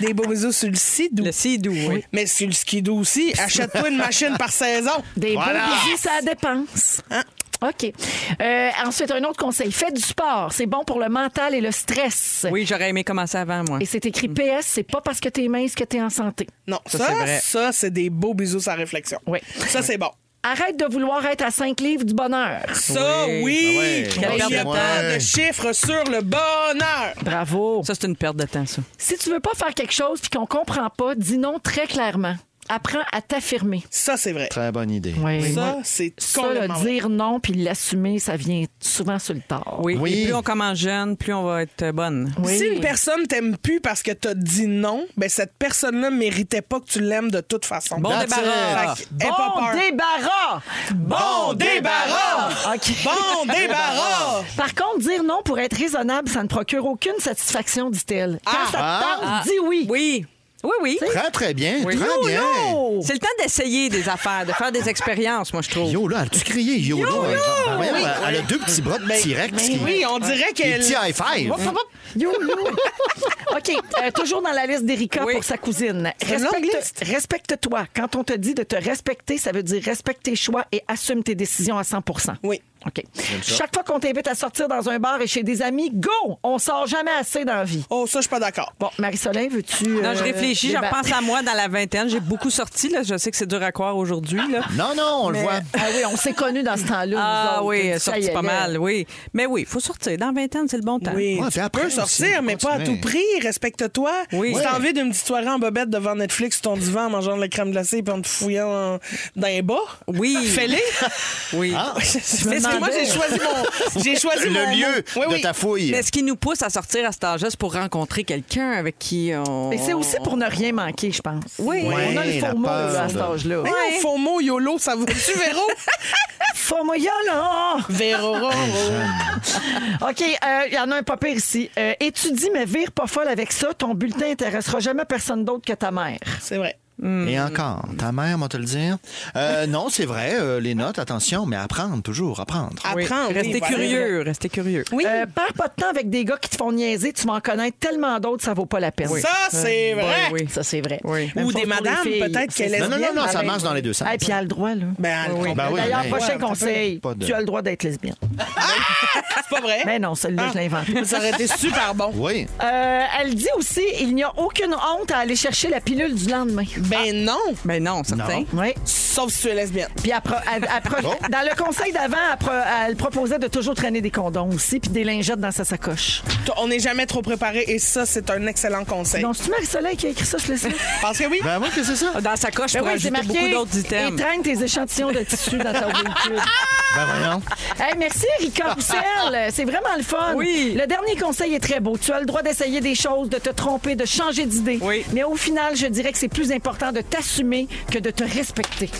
S4: Des [laughs] beaux bisous sur le sidou.
S3: Le sidou, oui.
S4: Mais sur le skidou aussi, achète-toi une machine par saison.
S1: Des
S2: Voilà.
S1: beaux bisous, ça dépense. OK. Euh, ensuite, un autre conseil. Faites du sport. C'est bon pour le mental et le stress.
S3: Oui, j'aurais aimé commencer avant, moi.
S1: Et c'est écrit PS, c'est pas parce que t'es mince que t'es en santé.
S4: Non,
S3: Ça,
S4: ça,
S3: c'est vrai.
S4: ça, c'est des beaux bisous sans réflexion.
S1: Oui.
S4: Ça, c'est bon.
S1: Arrête de vouloir être à 5 livres du bonheur.
S4: Ça,
S3: Oui.
S4: oui.
S2: Ah ouais,
S4: Il y a
S2: ouais.
S4: pas de chiffres sur le bonheur.
S1: Bravo.
S3: Ça, c'est une perte de temps, ça.
S1: Si tu veux pas faire quelque chose puis qu'on comprend pas, dis non très clairement. Apprends à t'affirmer.
S4: Ça, c'est vrai.
S2: Très bonne idée.
S1: Oui.
S4: Ça, c'est
S1: Ça, le
S4: complètement vrai.
S1: dire non puis l'assumer, ça vient souvent sur le tard.
S3: Oui.
S2: Oui.
S3: Et plus on commence jeune, plus on va être euh, bonne.
S1: Oui.
S4: Si une personne t'aime plus parce que t'as dit non, ben cette personne-là méritait pas que tu l'aimes de toute façon.
S3: Bon
S2: That's
S3: débarras.
S4: Fait que, aie pas
S1: Bon
S4: peur.
S1: débarras!
S4: Bon débarras!
S1: OK. [laughs]
S4: Bon débarras!
S1: Par contre, dire non pour être raisonnable, ça ne procure aucune satisfaction, dit-elle. Quand
S4: Ah,
S1: ça te
S2: ah,
S1: tente, dis oui.
S3: Oui. Oui, oui.
S2: Très, très bien.
S3: Oui.
S2: Très
S3: Yolo!
S2: bien.
S3: C'est le temps d'essayer des affaires, de faire des expériences, moi, je trouve.
S2: Yo, là, as-tu crié yo, là? Ben, voyons, elle- Elle a deux petits bras de T-Rex. qui-
S4: Oui, on dirait
S2: Des
S4: qu'elle.
S2: petits high five.
S4: Hop, hop, hop.
S1: You, you. [laughs] OK. euh, toujours dans la liste d'Erika
S3: Oui.
S1: pour sa cousine.
S4: C'est une longue
S1: Respecte- Respecte-toi. Quand on te dit de te respecter, ça veut dire respecte tes choix et assume tes décisions à 100
S4: Oui.
S1: OK. Chaque fois qu'on t'invite à sortir dans un bar et chez des amis, go! On sort jamais assez dans la vie.
S4: Oh, ça, je suis pas d'accord.
S1: Bon, Marie-Soleil, veux-tu.
S3: Non, je
S1: euh,
S3: réfléchis, je
S1: débattre?
S3: repense à moi dans la vingtaine. J'ai beaucoup sorti, là. Je sais que c'est dur à croire aujourd'hui, là.
S2: Non, non, on le
S1: Mais-
S2: voit.
S1: Ah oui, on s'est connus dans ce temps-là. nous
S3: Ah
S1: autres.
S3: oui,
S1: Ça y
S3: sorti
S1: est,
S3: pas
S1: là.
S3: mal, oui. Mais oui, il faut sortir. Dans 20 ans, c'est le bon temps.
S4: Oui,
S2: Ouais,
S4: tu
S2: puis après
S4: peux
S2: aussi,
S4: sortir,
S2: faut
S4: mais pas à
S2: continuer.
S4: tout prix. Respecte-toi.
S3: Oui.
S4: Si t'as
S2: Ouais.
S4: envie d'une petite soirée en bobette devant Netflix sur ton divan en mangeant de la crème glacée et en te fouillant en- dans les bas,
S3: Oui. [laughs]
S4: fais-les. Ah,
S3: Oui.
S2: Ah.
S4: Parce que moi, j'ai choisi mon. J'ai choisi
S2: Le
S4: mon
S2: lieu
S4: mot. Oui,
S2: de
S4: oui.
S2: ta fouille.
S3: Mais ce qui nous pousse à sortir à cet âge-là, c'est pour rencontrer quelqu'un avec qui on.
S1: Mais c'est aussi pour ne rien manquer, je pense.
S3: Oui.
S1: on a le
S2: Ouais,
S1: faux
S2: la
S1: mot là,
S2: peur
S1: à cet
S2: de-
S1: âge-là.
S4: Hey, mon faux mot YOLO,
S3: [laughs]
S4: ça vous tu Véro?
S1: Faux mot, y'a, là!
S4: Véro, ro, ro.
S1: OK, euh, il y en a un pas pire ici. Euh, étudie, mais vire pas folle avec ça. Ton bulletin intéressera jamais personne d'autre que ta mère.
S4: C'est vrai.
S2: Et encore, ta mère, moi te le dire. Euh, [laughs] non, c'est vrai, euh, les notes, attention, mais apprendre, toujours, apprendre.
S3: Oui.
S4: Apprendre. oui,
S3: Restez
S4: voilà.
S3: curieux, restez curieux.
S4: Oui.
S1: Euh, perds pas de temps avec des gars qui te font niaiser. Tu vas en connaître tellement d'autres, ça vaut pas la peine.
S4: Ça, c'est vrai.
S3: oui.
S1: Ça, c'est vrai.
S3: Oui.
S1: Même
S4: Ou
S1: chose
S4: des
S1: pour les
S4: madames,
S1: filles.
S4: peut-être qu'elles
S2: Non, non,
S4: lesbiennes.
S2: non, non, ça marche dans les deux sens.
S1: Et ben puis, elle a le droit, là.
S4: Ben, elle comprend.
S2: Ben oui,
S1: D'ailleurs,
S2: mais-
S1: prochain
S4: Ouais,
S1: conseil,
S2: pas de-
S1: tu as le droit d'être lesbienne.
S4: c'est pas vrai.
S1: Mais Ben non, celle-là, je l'ai inventée.
S3: Ben,
S4: [laughs] Ça aurait été super bon.
S2: Oui.
S1: Euh, elle dit aussi, il n'y a aucune honte à aller chercher la pilule du lendemain.
S4: Ben non!
S3: Ben non, certain.
S2: Non.
S1: Oui.
S4: Sauf si tu es lesbienne.
S1: Puis après, après-
S2: Bon.
S1: dans le conseil d'avant, après, elle proposait de toujours traîner des condoms aussi, puis des lingettes dans sa sacoche.
S4: T- On n'est jamais trop préparé et ça, c'est un excellent conseil.
S1: Donc, c'est-tu Marie-Soleil qui a écrit ça, je le sais?
S4: Parce que oui,
S2: Ben oui, que c'est ça?
S3: Ah, Dans sa coche, pour
S1: j'ai
S3: ajouter beaucoup d'autres
S1: Et
S3: items.
S1: traîne tes échantillons de tissu dans ta véhicule.
S2: Ben voyons.
S1: Hey, merci, Rika Roussel. C'est vraiment le fun.
S3: Oui.
S1: Le dernier conseil est très beau. Tu as le droit d'essayer des choses, de te tromper, de changer d'idée.
S3: Oui.
S1: Mais au final, je dirais que c'est plus important de t'assumer que de te respecter.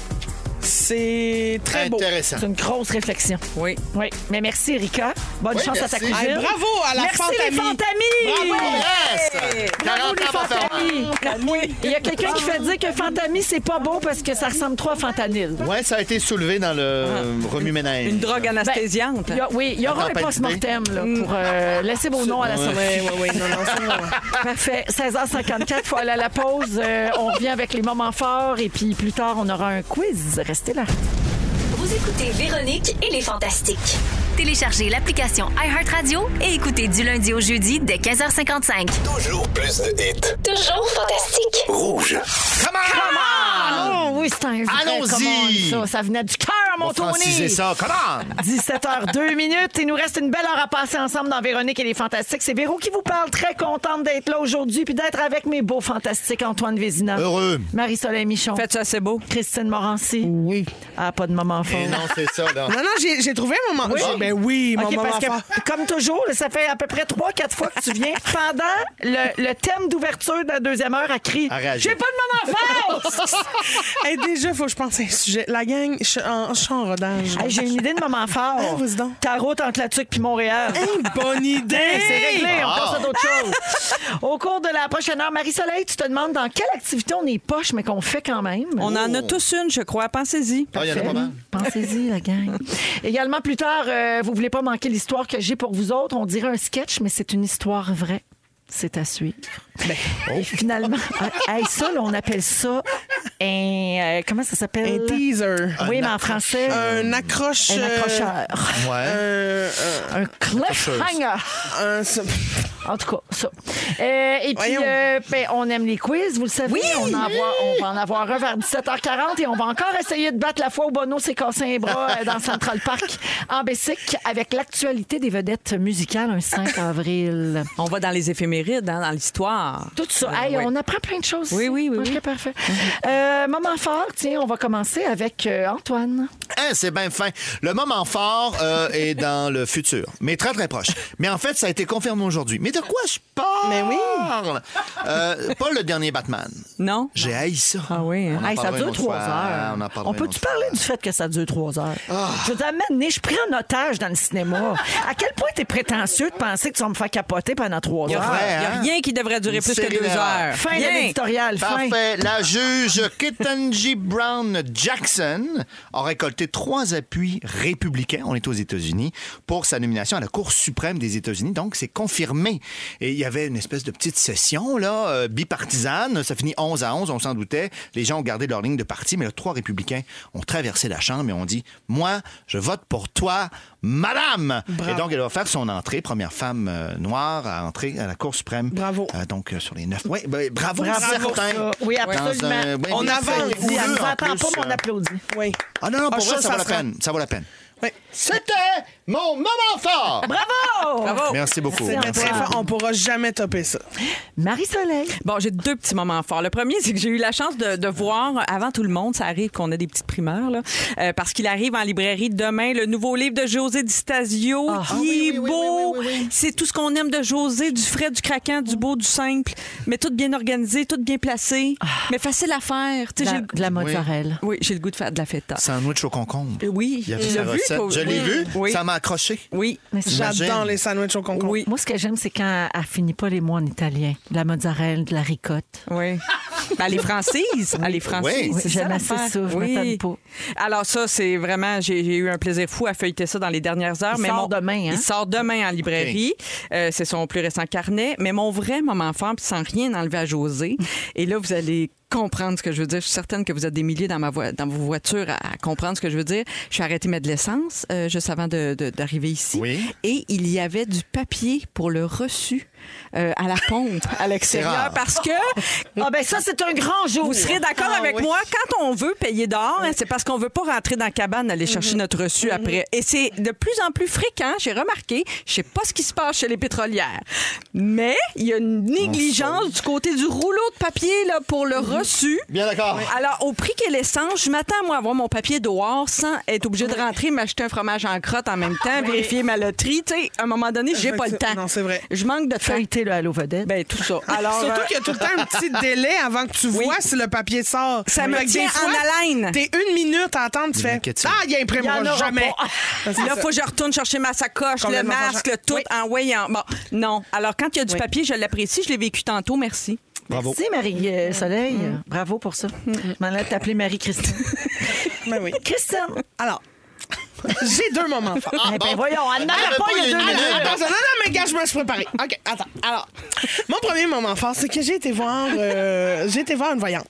S4: c'est très
S3: Ben,
S4: beau.
S2: Intéressant.
S1: C'est une grosse réflexion.
S3: Oui.
S1: Oui. Mais merci, Rika. Bonne
S2: Oui,
S1: chance à ta
S2: merci.
S1: cousine.
S4: Hey, bravo à la
S1: merci, les
S4: Fantamie.
S1: Fantamies.
S2: Bravo, yes!
S1: Bravo,
S2: 40
S1: les
S2: ans pour faire
S1: Fantamies. Oui. Il y a quelqu'un qui fait dire que Fantamie, c'est pas beau parce que ça ressemble trop à Fantanil.
S2: mal. Ouais, ça a été soulevé dans le remue-ménage.
S3: Une drogue
S1: Ben,
S3: anesthésiante.
S1: il y a- oui, il y aura un
S2: Attends, pas
S1: post-mortem là, pour euh, laisser vos noms à la
S2: Ouais.
S1: sortie. Parfait. 16h54, il faut aller à la pause. Euh, on revient avec les moments forts et puis plus tard, on aura un quiz. Restez là.
S8: Vous écoutez Véronique et les Fantastiques.
S9: Téléchargez l'application iHeartRadio et écoutez du lundi au jeudi dès 15h55.
S6: Toujours plus de hits.
S8: Toujours fantastique.
S6: Rouge.
S1: Oh, oui, c'est un vrai
S2: Ah! Allons-y.
S1: commande, ça. Ça venait du cœur,
S2: On
S1: mon
S2: va franciser
S1: Tony.
S2: ça. Comment?
S1: 17h02 minutes. Il nous reste une belle heure à passer ensemble dans Véronique et les Fantastiques. C'est Véro qui vous parle. Très contente d'être là aujourd'hui puis d'être avec mes beaux fantastiques Antoine Vézina.
S2: Heureux.
S1: Marie-Soleil Michon.
S3: Faites ça, c'est beau.
S1: Christine Morancy.
S4: Oui.
S1: Ah, pas de moment fort.
S2: Et non, c'est ça, là.
S4: Non, non, j'ai j'ai trouvé un moment.
S1: Ah. Oui.
S4: Ah, Ben oui, mon
S1: OK,
S4: moment
S1: parce que, [laughs]
S4: fort.
S1: comme toujours, là, ça fait à peu près 3-4 fois que tu viens. Pendant le, le thème d'ouverture de la deuxième heure, à crie
S2: À réagir.
S1: J'ai pas de moment fort! [laughs]
S4: Hey, déjà, faut que je pense à un sujet. La gang, je suis en, je suis en rodage.
S1: Hey, J'ai une idée de moment
S4: Ah,
S1: fort.
S4: vas-y donc. Hein,
S1: Ta route entre la Tuque puis Montréal.
S4: [laughs] bonne idée!
S1: Hey, C'est réglé, on
S2: Ah.
S1: passe à d'autres choses. Au cours de la prochaine heure, Marie-Soleil, tu te demandes dans quelle activité on est poche, mais qu'on fait quand même.
S3: On en a tous une, je crois. Pensez-y.
S2: Ah, il y en a pas mal.
S1: Pensez-y, la gang. [laughs] Également, plus tard, euh, vous voulez pas manquer l'histoire que j'ai pour vous autres. On dirait un sketch, mais c'est une histoire vraie. C'est à suivre.
S2: Ben,
S1: [laughs]
S2: oh.
S1: Et finalement, ah, hey, ça, là, on appelle ça un. euh, comment ça
S4: Un
S1: s'appelle?
S4: teaser.
S1: oui, mais en
S2: accroche-
S1: français,
S4: Un accroche.
S1: un accrocheur.
S2: Ouais.
S4: euh, euh,
S1: Un cliffhanger.
S4: un- ce-
S1: En tout cas, ça. Euh, et puis,
S4: Voyons.
S1: euh, ben, on aime les quiz, vous le savez. on, en voit- on va en avoir un vers 17h40 et on va encore essayer de battre la fois où Bono s'est cassé un bras euh, dans Central Park en Bessic avec l'actualité des vedettes musicales un 5 avril.
S3: On va dans les éphémérides, hein, dans l'histoire.
S1: Tout ça.
S3: Oui,
S1: Hey,
S3: oui.
S1: On apprend plein de choses.
S3: Ben Oui, oui, oui,
S1: OK,
S3: oui.
S1: parfait. Euh, moment fort, tiens, on va commencer avec euh, Antoine.
S2: Hein, c'est bien fin. Le moment fort euh, est dans le futur, mais très très proche. Mais en fait, ça a été confirmé aujourd'hui. Mais de quoi je parle? Mais oui! pas le dernier Batman.
S3: Non?
S2: J'ai haï ça.
S3: Ah oui, hein.
S2: On en
S1: Hey, ça
S2: parlera une
S1: dure
S2: autre
S1: trois
S2: fois.
S1: heures.
S2: On en
S1: On,
S2: parlera une
S1: peut-tu
S2: autre
S1: parler
S2: fois. Ah.
S1: du fait que ça dure trois heures? Je veux dire, maintenant, je prends en otage dans le cinéma. À quel point t'es prétentieux de penser que tu vas me faire capoter pendant trois
S3: Il n'y a,
S1: heures?
S2: vrai.
S3: y a
S2: hein?
S3: rien qui devrait durer
S2: Une
S3: plus que
S2: série
S3: deux
S2: d'erreurs.
S3: heures.
S1: Fin de
S3: Rien.
S1: l'éditorial, fin.
S2: Parfait. La juge Ketanji Brown Jackson a récolté trois appuis républicains, on est aux États-Unis, pour sa nomination à la Cour suprême des États-Unis. Donc, c'est confirmé. Et il y avait une espèce de petite session, là, euh, bipartisane. Ça finit 11 à 11, on s'en doutait. Les gens ont gardé leur ligne de parti, mais là, trois républicains ont traversé la Chambre et ont dit Moi, je vote pour toi, madame. Et donc, elle va faire son entrée, première femme euh, noire à entrer à la Cour suprême.
S4: Bravo.
S2: Euh, donc, euh, sur les neuf. Oui, ben, bravo.
S3: Ah,
S1: Bravo
S2: Certains.
S1: pour ça. Oui,
S2: Dans
S1: absolument.
S2: un- oui,
S4: On
S2: oui,
S4: avance.
S2: c'est
S1: Applaudis.
S2: houleux,
S1: Elle nous
S2: en
S1: entend
S2: plus,
S1: pas, mais on
S2: euh.
S1: applaudit.
S4: [laughs] Oui.
S2: Ah non, non, pour
S4: Ah,
S2: vrai,
S4: ça,
S2: ça vaut la
S4: ça sera-
S2: peine. Ça vaut la peine.
S4: Oui.
S2: C'était mon moment fort.
S1: Bravo!
S3: Bravo.
S2: Merci beaucoup.
S1: Merci,
S4: Très
S1: Bravo.
S4: fort, on pourra jamais topper ça.
S1: Marie-Soleil.
S3: Bon, j'ai deux petits moments forts. Le premier, c'est que j'ai eu la chance de, de voir euh, avant tout le monde, ça arrive qu'on a des petites primeurs, là, euh, parce qu'il arrive en librairie demain le nouveau livre de José Di Stasio,
S1: Ah.
S3: qui est beau. C'est tout ce qu'on aime de José, du frais, du craquant, du beau, du simple, mais tout bien organisé, tout bien placé, mais facile à faire. Tu sais, j'ai le-
S1: de Ah. la mozzarella.
S3: Oui, j'ai le goût de faire de la feta.
S2: Sandwich au concombre.
S3: Euh, Oui,
S2: Il y avait
S3: Tu
S2: sa
S3: l'as vu,
S2: recette.
S3: toi?
S2: Je l'ai
S3: Oui.
S2: vu.
S3: Oui.
S2: Ça m'a accroché.
S3: Oui.
S1: Mais c'est-
S2: J'imagine.
S4: J'adore les sandwichs au concombre.
S3: Oui.
S1: Moi, ce que j'aime, c'est quand elle finit pas les mots en italien. De la mozzarella, de la ricotte.
S3: Oui. Ben, les Francises. Ah, les Francises.
S2: Oui,
S3: c'est
S1: j'aime
S3: ça,
S1: assez
S3: l'affaire.
S1: ça, je m'étonne pas.
S3: Alors, ça, c'est vraiment. J'ai j'ai eu un plaisir fou à feuilleter ça dans les dernières heures.
S1: Il
S3: mais
S1: sort
S3: mon-
S1: demain, hein?
S3: Il sort demain en librairie. Euh, c'est son plus récent carnet. Mais mon vrai moment fort, puis sans rien enlever à José. Et là, vous allez comprendre ce que je veux dire. Je suis certaine que vous êtes des milliers dans, ma voi- dans vos voitures à, à comprendre ce que je veux dire. Je suis arrêtée mettre de l'essence euh, juste avant de- de- d'arriver ici.
S2: Oui.
S3: Et il y avait du papier pour le reçu euh, à la pompe à l'extérieur
S2: rare.
S3: parce que
S4: [laughs]
S1: Ah ben ça, c'est un grand jour.
S3: vous serez d'accord
S4: Ah
S3: avec moi, quand on veut payer dehors, hein, c'est parce qu'on veut pas rentrer dans la cabane aller
S4: Mhm.
S3: chercher notre reçu après. Et c'est de plus en plus fréquent, j'ai remarqué, je sais pas ce qui se passe chez les pétrolières, mais il y a une négligence du côté du rouleau de papier là, pour le
S4: Mhm.
S3: reçu.
S2: Bien d'accord.
S3: Alors, au prix qu'est l'essence, je m'attends, moi, à avoir mon papier dehors sans être obligé de rentrer, m'acheter un fromage en crotte en même temps, vérifier ma loterie. Tu sais, à un moment donné, j'ai pas le temps.
S4: Non, c'est vrai.
S3: Je manque de temps.
S1: Feuilleter le Halo Vedette.
S3: Ben, tout ça. Alors,
S4: Surtout
S3: euh,
S4: qu'il y a tout le temps un
S1: [laughs]
S4: petit délai avant que tu vois si le papier sort.
S3: Ça me
S4: Fait que
S3: tient
S4: des fois,
S3: en haleine.
S4: T'es une minute à attendre, tu fais
S2: m'inquiète, ça.
S4: Ah, il
S1: Il y en
S4: imprimera
S1: aura
S4: jamais.
S1: pas.
S4: Ben, c'est
S3: Là,
S4: ça.
S3: faut que je retourne chercher ma sacoche, le
S4: Complètement
S3: masque,
S4: changé.
S3: le tout
S4: Oui.
S3: en voyant. Bon, non. Alors, quand il y a du papier, je l'apprécie. Je l'ai vécu tantôt. Merci.
S2: Bravo.
S1: Merci Marie-Soleil. Bravo pour ça. Je m'en ai t'appeler Marie-Christine.
S4: Ben oui.
S1: Christine!
S4: Alors, [laughs] j'ai deux moments forts.
S1: Eh ben
S2: bon.
S1: voyons, elle n'en
S2: Elle
S1: a
S2: avait
S1: pas
S2: pas
S1: il y a
S2: une
S1: deux
S2: minute.
S1: minutes.
S4: Attends, non, non, mais gars, je me suis préparée. OK, attends. Alors, mon premier moment fort, c'est que j'ai été voir, euh, j'ai été voir une voyante.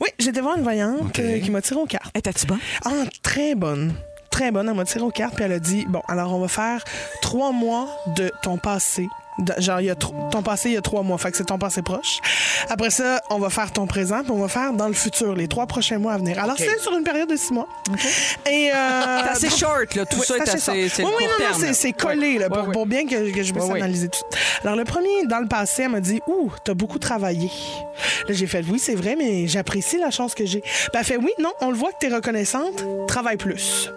S4: Oui, j'ai été voir une voyante euh, qui m'a tiré aux cartes.
S3: Étais-tu bon?
S4: Ah, très bonne. Très bonne. Elle m'a tiré aux cartes, puis elle a dit Bon, alors on va faire trois mois de ton passé. De- genre, il y a tro- ton passé, il y a trois mois. Fait que c'est ton passé proche. Après ça, on va faire ton présent, puis on va faire dans le futur, les trois prochains mois à venir. Alors, c'est sur une période de six mois. Et. euh,
S3: [laughs] C'est assez
S4: donc-
S3: short, là. Tout
S4: oui,
S3: ça est
S4: sachez
S3: assez.
S4: ça.
S3: C'est
S4: oui,
S3: le
S4: oui,
S3: court
S4: non, non,
S3: terme,
S4: c'est-
S3: là.
S4: c'est collé, là, pour,
S3: Ouais, ouais.
S4: pour bien que, que je puisse
S3: Ouais, ouais.
S4: analyser tout. Alors, le premier, dans le passé, elle m'a dit Ouh, t'as beaucoup travaillé. Là, j'ai fait Oui, c'est vrai, mais j'apprécie la chance que j'ai. Puis elle fait Oui, non, on le voit que t'es reconnaissante, travaille plus.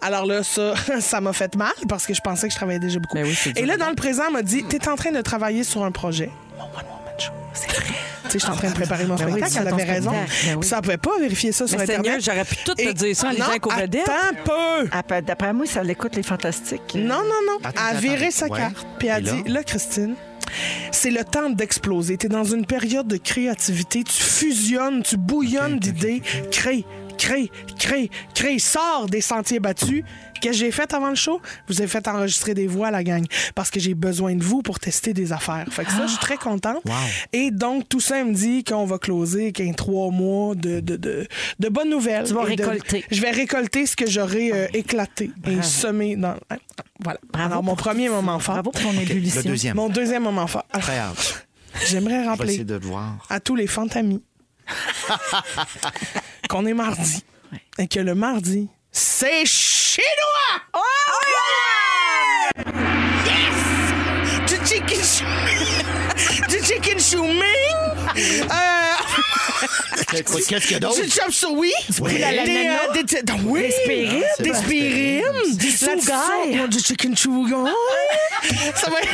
S4: Alors là, ça, [laughs] ça m'a fait mal parce que je pensais que je travaillais déjà beaucoup.
S3: Ben oui, c'est dur.
S4: Et là, dans le présent, elle m'a dit T'es en train de travailler sur un projet. Mon One Woman Show. C'est vrai. Tu sais, je suis en train de
S3: Ah,
S4: préparer
S3: ben
S4: mon
S1: oui,
S4: spectacle,
S1: tu fais
S4: elle
S1: ton
S4: avait raison.
S1: spectacle. Ben oui.
S4: Puis ça, elle pouvait pas vérifier ça sur
S3: Mais Seigneur,
S4: Internet.
S3: j'aurais pu tout te
S4: Et-
S3: dire ça en lisant
S4: Non,
S3: qu'au vedette.
S4: Attends un peu.
S1: Ah, ben, D'après moi, ça l'écoute les fantastiques.
S4: Non, non, non.
S2: Attends,
S4: elle a
S2: attends,
S4: viré sa
S2: ouais.
S4: carte. Puis elle a
S2: Et là?
S4: dit, là, Christine, c'est le temps d'exploser. T'es dans une période de créativité. Tu fusionnes, tu bouillonnes d'idées. Crée, crée, crée, crée. Sors des sentiers battus. Qu'est-ce que j'ai fait avant le show? Je Vous ai fait enregistrer des voix, la gang, parce que j'ai besoin de vous pour tester des affaires. Fait que ça, je suis
S2: [gasps]
S4: très contente. Et donc, tout ça elle me dit qu'on va closer, qu'il y a trois mois de, de, de, de bonnes nouvelles.
S1: Tu vas
S4: Et de-
S1: récolter.
S4: je vais récolter ce que j'aurai euh, éclaté et semé dans. hein, Voilà.
S1: Bravo
S4: Alors, mon
S1: pour
S4: premier moment fort.
S1: Bravo pour ton ébullition.
S2: Le deuxième.
S4: Mon deuxième moment fort. Ah,
S2: Très hâte.
S4: J'aimerais
S2: On va essayer
S4: rappeler
S2: de le voir.
S4: à tous
S2: [laughs]
S4: les fantamis qu'on est mardi et que le mardi, c'est chinois! Oh!
S2: Oh,
S4: Yes! Du chicken chouming! [laughs] Du chicken chouming! Euh,
S2: Qu'est-ce qu'il y a d'autre?
S4: du chop suey!
S2: Oui.
S4: Des, euh, des, des, oui!
S1: Spirine.
S2: Ah, c'est
S4: Des
S2: bon.
S4: spirines, du
S1: sougaï.
S4: du chicken chougan. Ah, Ça va être.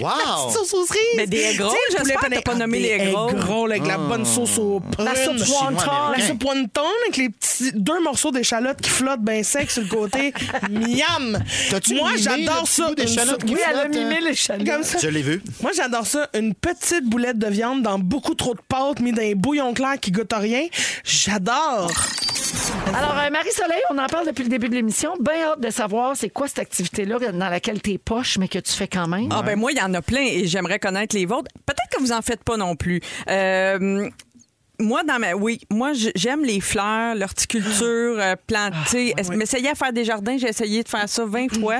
S2: Wow.
S4: La petite [laughs] sauce aux cerises.
S3: Mais des egg rolls,
S4: Tu sais, le
S3: j'espère
S4: poulet
S3: que t'as
S4: pané-
S3: pas
S4: Ah,
S3: nommé
S4: des
S3: les egg rolls.
S4: egg rolls avec la bonne sauce aux prunes.
S1: La soupe wonton.
S4: La
S2: Ah. américain.
S4: soupe wonton avec les petits deux morceaux d'échalote qui flottent bien sec sur le côté. [laughs] Miam!
S2: T'as-tu
S4: Moi,
S2: mimé le
S4: j'adore
S2: petit
S4: ça.
S2: bout
S4: une
S2: d'échalote
S4: soupe-
S2: qui
S4: Oui, elle a
S2: flotte,
S4: mimé
S2: hein?
S4: les Comme ça.
S2: Je l'ai vu.
S4: Moi, j'adore ça. Une petite boulette de viande dans beaucoup trop de pâte, mis dans un bouillon clair qui goûte à rien. J'adore.
S3: Ah,
S1: Alors, euh, Marie-Soleil, on en parle depuis le début de l'émission. Bien hâte de savoir c'est quoi cette activité-là dans laquelle tu es poche, mais que tu fais quand même.
S3: Ah ben moi, il y en a plein et j'aimerais connaître les vôtres. Peut-être que vous en faites pas non plus. Euh, moi, dans ma... oui, moi, j- j'aime les fleurs, l'horticulture, euh, planter. Est-ce- M'essayer à faire des jardins, j'ai essayé de faire ça 20 fois.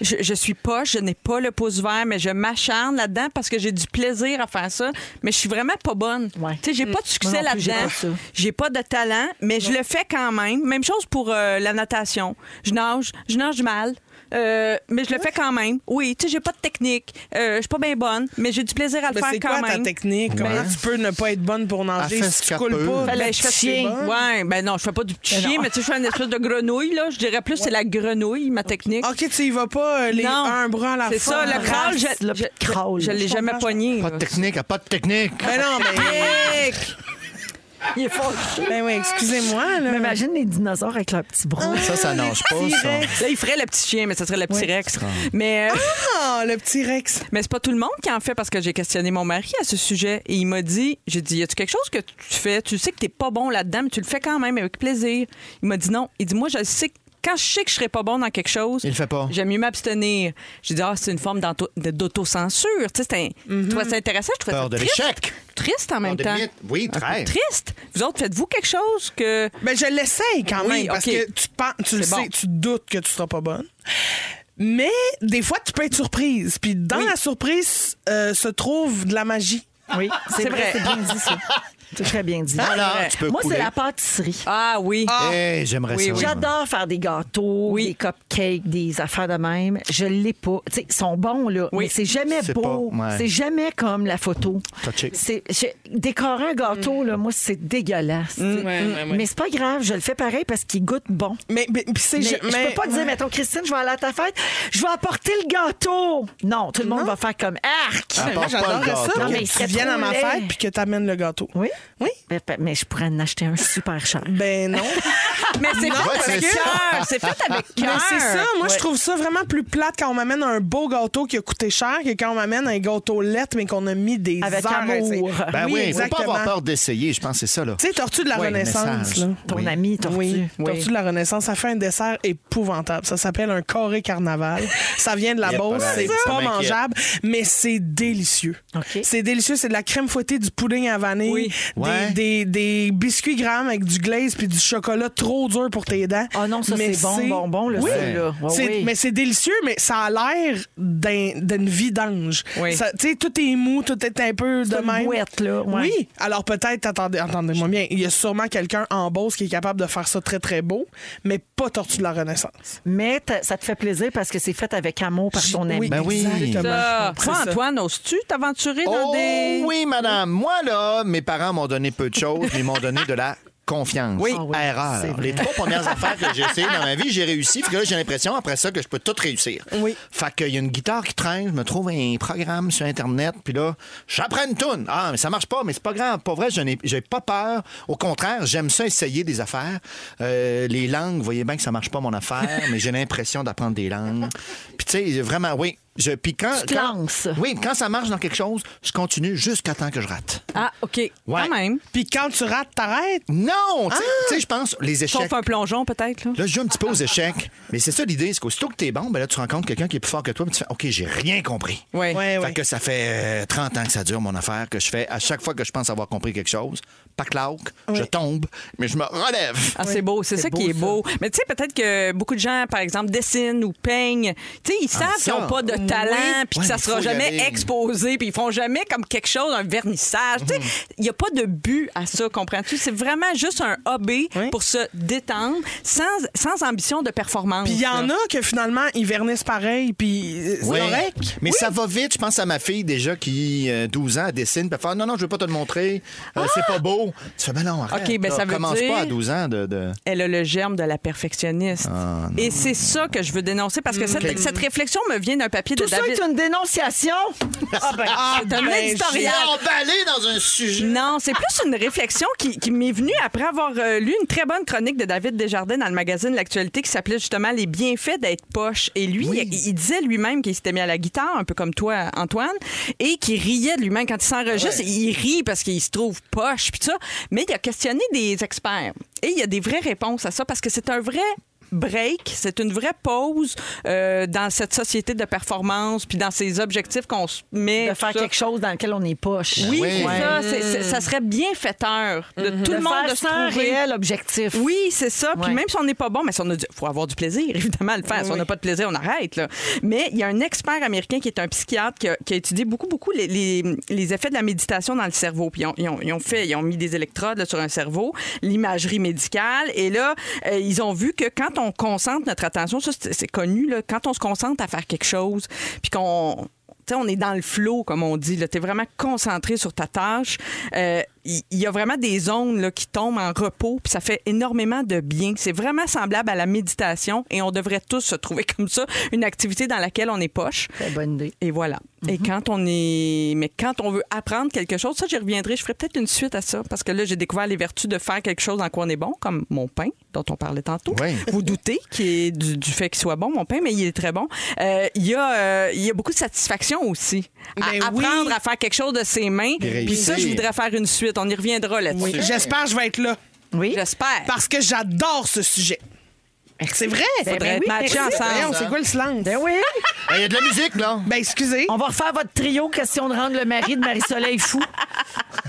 S3: Je, je suis pas, je n'ai pas le pouce vert, mais je m'acharne là-dedans parce que j'ai du plaisir à faire ça. Mais je suis vraiment pas bonne.
S1: Ouais.
S3: Tu sais, j'ai pas de succès
S1: Moi non plus, j'ai pas ça.
S3: là-dedans. J'ai pas de talent, mais je le fais quand même. Même chose pour euh, la natation. Je nage, je nage mal. euh, mais je le fais quand même. Oui, tu sais, j'ai pas de technique. euh, je suis pas bien bonne, mais j'ai du plaisir à le
S4: Ben,
S3: faire
S4: c'est
S3: quand
S4: quoi ta
S3: même.
S4: technique? Comment tu peux ne pas être bonne pour nager
S2: Elle fait
S4: si
S2: ce
S4: tu
S2: qu'elle
S4: coules
S2: peut.
S4: pas?
S1: Ben,
S3: Ben, je fais
S1: chien.
S3: Ouais, ben non, je fais pas du petit chien, mais tu sais, je fais une espèce de grenouille, là. Je dirais plus, c'est la grenouille, ma technique.
S4: OK, tu y vas pas euh, les
S3: Non.
S4: un bras à la
S3: C'est ça,
S4: fois.
S3: le crawl, je,
S1: Le
S3: je,
S1: crawl.
S3: je l'ai jamais pogné.
S2: Pas de
S3: [laughs]
S2: technique, ah, pas de technique.
S4: Ben non, mais...
S3: Il est fort.
S4: ben oui, excusez-moi, là.
S1: Mais Imagine les dinosaures avec leur petit bras.
S2: Ça, ça nage pas, ça.
S3: Là, il ferait le petit chien, mais ça serait le petit Rex. Mais, euh,
S4: Ah, le petit Rex.
S3: mais c'est pas tout le monde qui en fait parce que j'ai questionné mon mari à ce sujet et il m'a dit j'ai dit y a-tu quelque chose que tu fais Tu sais que t'es pas bon là-dedans, mais tu le fais quand même avec plaisir. Il m'a dit non. Il dit moi je sais que quand je sais que je serais pas bon dans quelque chose,
S2: Il le fait pas.
S3: J'aime mieux m'abstenir. J'ai dit, ah, c'est une forme d'auto- de- d'autocensure. Tu sais, c'est un- je
S4: Mm-hmm.
S3: trouvais ça intéressant. Je trouvais
S2: Peur
S3: ça
S2: de
S3: triste.
S2: l'échec.
S3: Triste en même
S2: de
S3: temps.
S2: limite. Oui,
S3: Un peu
S2: très.
S3: Triste. Vous autres, faites-vous quelque chose que.
S4: Ben, je l'essaye quand
S3: Oui,
S4: même, parce
S3: OK.
S4: que tu, penses, tu le
S3: C'est bon.
S4: sais, tu doutes que tu seras pas bonne. Mais des fois, tu peux être surprise. Puis dans la surprise euh, se trouve de la magie.
S1: Oui, c'est vrai. C'est bien dit, ça. C'est très bien dit.
S2: Voilà,
S3: c'est vrai.
S2: tu peux
S1: Moi,
S2: couler.
S1: c'est la pâtisserie.
S3: Ah oui.
S2: Eh, j'aimerais
S3: Oui,
S2: ça.
S3: oui.
S1: J'adore faire des gâteaux, des cupcakes, des affaires de même. Je l'ai pas. Tu sais, ils sont bons, là.
S3: Oui.
S1: Mais c'est jamais
S2: C'est
S1: beau.
S2: pas- ouais.
S1: C'est jamais comme la photo.
S2: Touché.
S1: C'est, je- décorer un gâteau, là, moi, c'est dégueulasse. Mais c'est pas grave, je le fais pareil parce qu'il goûte bon.
S4: Mais, mais- puis c'est
S1: Mais
S4: ja-
S1: je
S4: mais-
S1: peux pas dire, mettons, Christine, je vais aller à ta fête, je vais apporter le gâteau. Non, tout le monde va faire comme arc.
S2: Ah,
S4: Mais moi,
S2: Apporte pas le
S4: j'adorerais ça,
S2: gâteau.
S1: Non, mais
S4: que
S1: il
S4: tu
S1: serait
S4: viennes
S1: trop
S4: à ma
S1: laid.
S4: fête puis que tu amènes le gâteau.
S1: Oui?
S4: Oui?
S1: Mais, mais je pourrais en acheter un super cher.
S4: Ben non.
S3: Mais
S2: Ouais,
S3: c'est fait avec
S2: c'est ça.
S3: cœur. C'est fait avec
S4: Mais
S3: cœur.
S4: c'est ça, moi
S3: Ouais.
S4: je trouve ça vraiment plus plate quand on m'amène un beau gâteau qui a coûté cher que quand on m'amène un gâteau lait mais qu'on a mis des
S1: Avec
S4: heures à
S1: amour.
S4: essayer.
S2: Ben oui, faut pas
S4: exactement.
S2: avoir peur d'essayer, je pense que c'est ça, là.
S4: Tu sais, tortue de la
S2: Ouais, le
S4: Renaissance,
S2: message.
S4: là.
S1: Ton
S2: Oui.
S1: ami, tortue.
S4: Oui, tortue de la Renaissance, ça fait un dessert épouvantable. Ça s'appelle un carré carnaval. Ça vient de la
S2: Yep,
S4: Beauce,
S2: ouais,
S4: c'est
S2: ça
S4: pas
S2: m'inquiète.
S4: mangeable, mais c'est délicieux.
S1: OK.
S4: C'est délicieux, c'est de la crème fouettée, du pudding à vanille,
S3: Oui.
S4: des,
S2: Ouais.
S4: des- des biscuits grammes avec du glaze puis du chocolat trop dur pour tes dents.
S1: Ah non, ça,
S4: Mais
S1: c'est bon, bon, bon, là,
S4: Oui.
S1: celui-là. Ouais,
S4: C'est-
S1: oui.
S4: Mais c'est délicieux, mais ça a l'air d'un- d'une vidange.
S3: Oui.
S4: Ça- Tu sais, tout est mou, tout est un peu de
S1: une
S4: même.
S1: bouette, là, ouais.
S4: Oui. Alors peut-être, attendez, attendez-moi bien, il y a sûrement quelqu'un en Beauce qui est capable de faire ça très, très beau, mais pas Tortue de la Renaissance.
S1: Mais t'as- ça te fait plaisir parce que c'est fait avec amour par ton ami.
S2: Ben oui.
S3: Ça.
S4: exactement.
S3: Toi, Antoine, oses-tu t'aventurer dans
S2: Oh
S3: des.
S2: oui, madame. Moi, là, mes parents m'ont donné peu de choses, mais ils m'ont donné de la confiance.
S1: Oui. Ah oui,
S2: Erreur.
S1: c'est vrai.
S2: Les trois premières affaires que j'ai essayées dans ma vie, j'ai réussi. Fait que là, j'ai l'impression, après ça, que je peux tout réussir.
S4: Oui.
S2: Fait qu'il y a une guitare qui traîne, je me trouve un programme sur Internet, puis là, j'apprends une toune. Ah, mais ça marche pas, mais c'est pas grave. Pas vrai, je n'ai j'ai pas peur. Au contraire, j'aime ça essayer des affaires. Euh, les langues, vous voyez bien que ça marche pas, mon
S1: [laughs]
S2: affaire, mais j'ai l'impression d'apprendre des langues. Puis tu sais, vraiment, oui. Je, puis quand,
S1: Tu te
S2: quand-
S1: lances.
S2: oui, quand ça marche dans quelque chose, je continue jusqu'à temps que je rate.
S3: Ah, OK. Quand même.
S4: Puis quand tu rates, t'arrêtes.
S2: Non! Tu sais-
S1: Ah!
S2: tu sais, je pense, les échecs.
S3: Sauf un plongeon, peut-être. là.
S2: Là, je joue un petit peu aux échecs. Mais c'est ça l'idée, c'est qu'aussitôt que t'es bon, ben là, tu rencontres quelqu'un qui est plus fort que toi, puis tu fais OK, j'ai rien compris.
S3: Ouais.
S4: Ouais, ouais.
S2: Fait que ça fait euh, 30 ans que ça dure, mon affaire, que je fais à chaque fois que je pense avoir compris quelque chose, pac je tombe, mais je me relève.
S3: Ah, c'est beau, c'est ça qui est beau. Mais tu sais, peut-être que beaucoup de gens, par exemple, dessinent ou peignent. Tu sais, ils savent
S2: ça.
S3: qu'ils n'ont pas de
S2: Oui.
S3: talent, puis que
S2: Ouais,
S3: ça
S2: mais
S3: sera
S2: faut y aller.
S3: jamais exposé, puis ils font jamais comme quelque chose, un vernissage. Tu sais, il n'y a pas de but à ça, comprends-tu? C'est vraiment juste un hobby
S4: Oui.
S3: pour se détendre, sans, sans ambition de performance.
S4: Puis il y en a que finalement, ils vernissent pareil, puis euh, c'est
S2: Oui.
S4: correct.
S2: Mais ça va vite. Je pense à ma fille déjà qui, euh, 12 ans, elle dessine. Puis elle fait Non, non, je veux pas te le montrer. Euh, C'est pas beau. Tu fais Ben non, arrête.
S3: Ah! OK, ben,
S2: là.
S3: ça veut
S2: Commence
S3: dire-
S2: pas à 12 ans de. de-
S3: elle a le germe de la perfectionniste. Et c'est ça que je veux dénoncer parce que cette, cette réflexion me vient d'un papier
S1: Tout
S3: de
S1: ça
S3: David.
S1: est une dénonciation.
S4: Ah ben, ah
S3: C'est un
S4: ben,
S3: éditorial.
S2: Il est emballé dans un sujet.
S3: Non, c'est plus une réflexion qui, qui m'est venue après avoir euh, lu une très bonne chronique de David Desjardins dans le magazine L'actualité qui s'appelait justement Les bienfaits d'être poche. Et lui, il, il disait lui-même qu'il s'était mis à la guitare, un peu comme toi, Antoine, et qu'il riait de lui-même quand il s'enregistre. Il rit parce qu'il se trouve poche, puis tout ça. Mais il a questionné des experts. Et il y a des vraies réponses à ça parce que c'est un vrai break, c'est une vraie pause euh, dans cette société de performance puis dans ces objectifs qu'on se met
S1: De faire
S3: tout ça.
S1: quelque chose dans lequel on est poche.
S3: Oui,
S2: Ouais.
S3: c'est
S1: Mm.
S3: ça, c'est- c'est- ça serait bienfaiteur de tout le monde de se
S1: Mm-hmm. sans
S3: trouver.
S1: réel objectif.
S3: Oui, c'est ça. Puis
S1: Ouais.
S3: même si on n'est pas bon, mais si on a du- faut avoir du plaisir, [laughs] évidemment, à le faire. Si on n'a pas de plaisir, on arrête. là. Mais il y a un expert américain qui est un psychiatre qui a, qui a étudié beaucoup, beaucoup les, les- les effets de la méditation dans le cerveau. Puis ils ont, ils ont- ils ont fait, ils ont mis des électrodes là, sur un cerveau, l'imagerie médicale. Et là, euh, ils ont vu que quand on concentre notre attention, ça c'est c'est connu, là, quand on se concentre à faire quelque chose, puis qu'on tu sais, on est dans le flot, comme on dit. Tu es vraiment concentré sur ta tâche. Euh, Il il y a vraiment des zones là, qui tombent en repos, puis ça fait énormément de bien. C'est vraiment semblable à la méditation et on devrait tous se trouver [laughs] comme ça, une activité dans laquelle on est poche.
S1: C'est une bonne idée.
S3: Et voilà. Et
S1: Mhm.
S3: quand on est. Mais quand on veut apprendre quelque chose, ça, j'y reviendrai. Je ferai peut-être une suite à ça, parce que là, j'ai découvert les vertus de faire quelque chose dans quoi on est bon, comme mon pain, dont on parlait tantôt.
S2: Oui.
S3: Vous doutez qu'il est du, du fait qu'il soit bon, mon pain, mais il est très bon. Euh, il, y a, euh, il y a beaucoup de satisfaction aussi. À
S4: Ben oui.
S3: apprendre à faire quelque chose de ses mains.
S2: Puis
S3: Puis ça, je
S2: réussir.
S3: voudrais faire une suite. On y reviendra là-dessus.
S4: Oui, J'espère que je vais être là,
S1: Oui.
S3: J'espère.
S4: parce que j'adore ce sujet. C'est vrai!
S3: Faudrait Eh être matché
S4: Merci.
S3: ensemble.
S4: Voyons, C'est quoi le silence?
S1: Ben oui.
S2: Il y a de la musique, là.
S4: Ben, excusez.
S1: On va refaire votre trio, question de rendre le mari de Marie-Soleil
S3: [laughs]
S1: fou.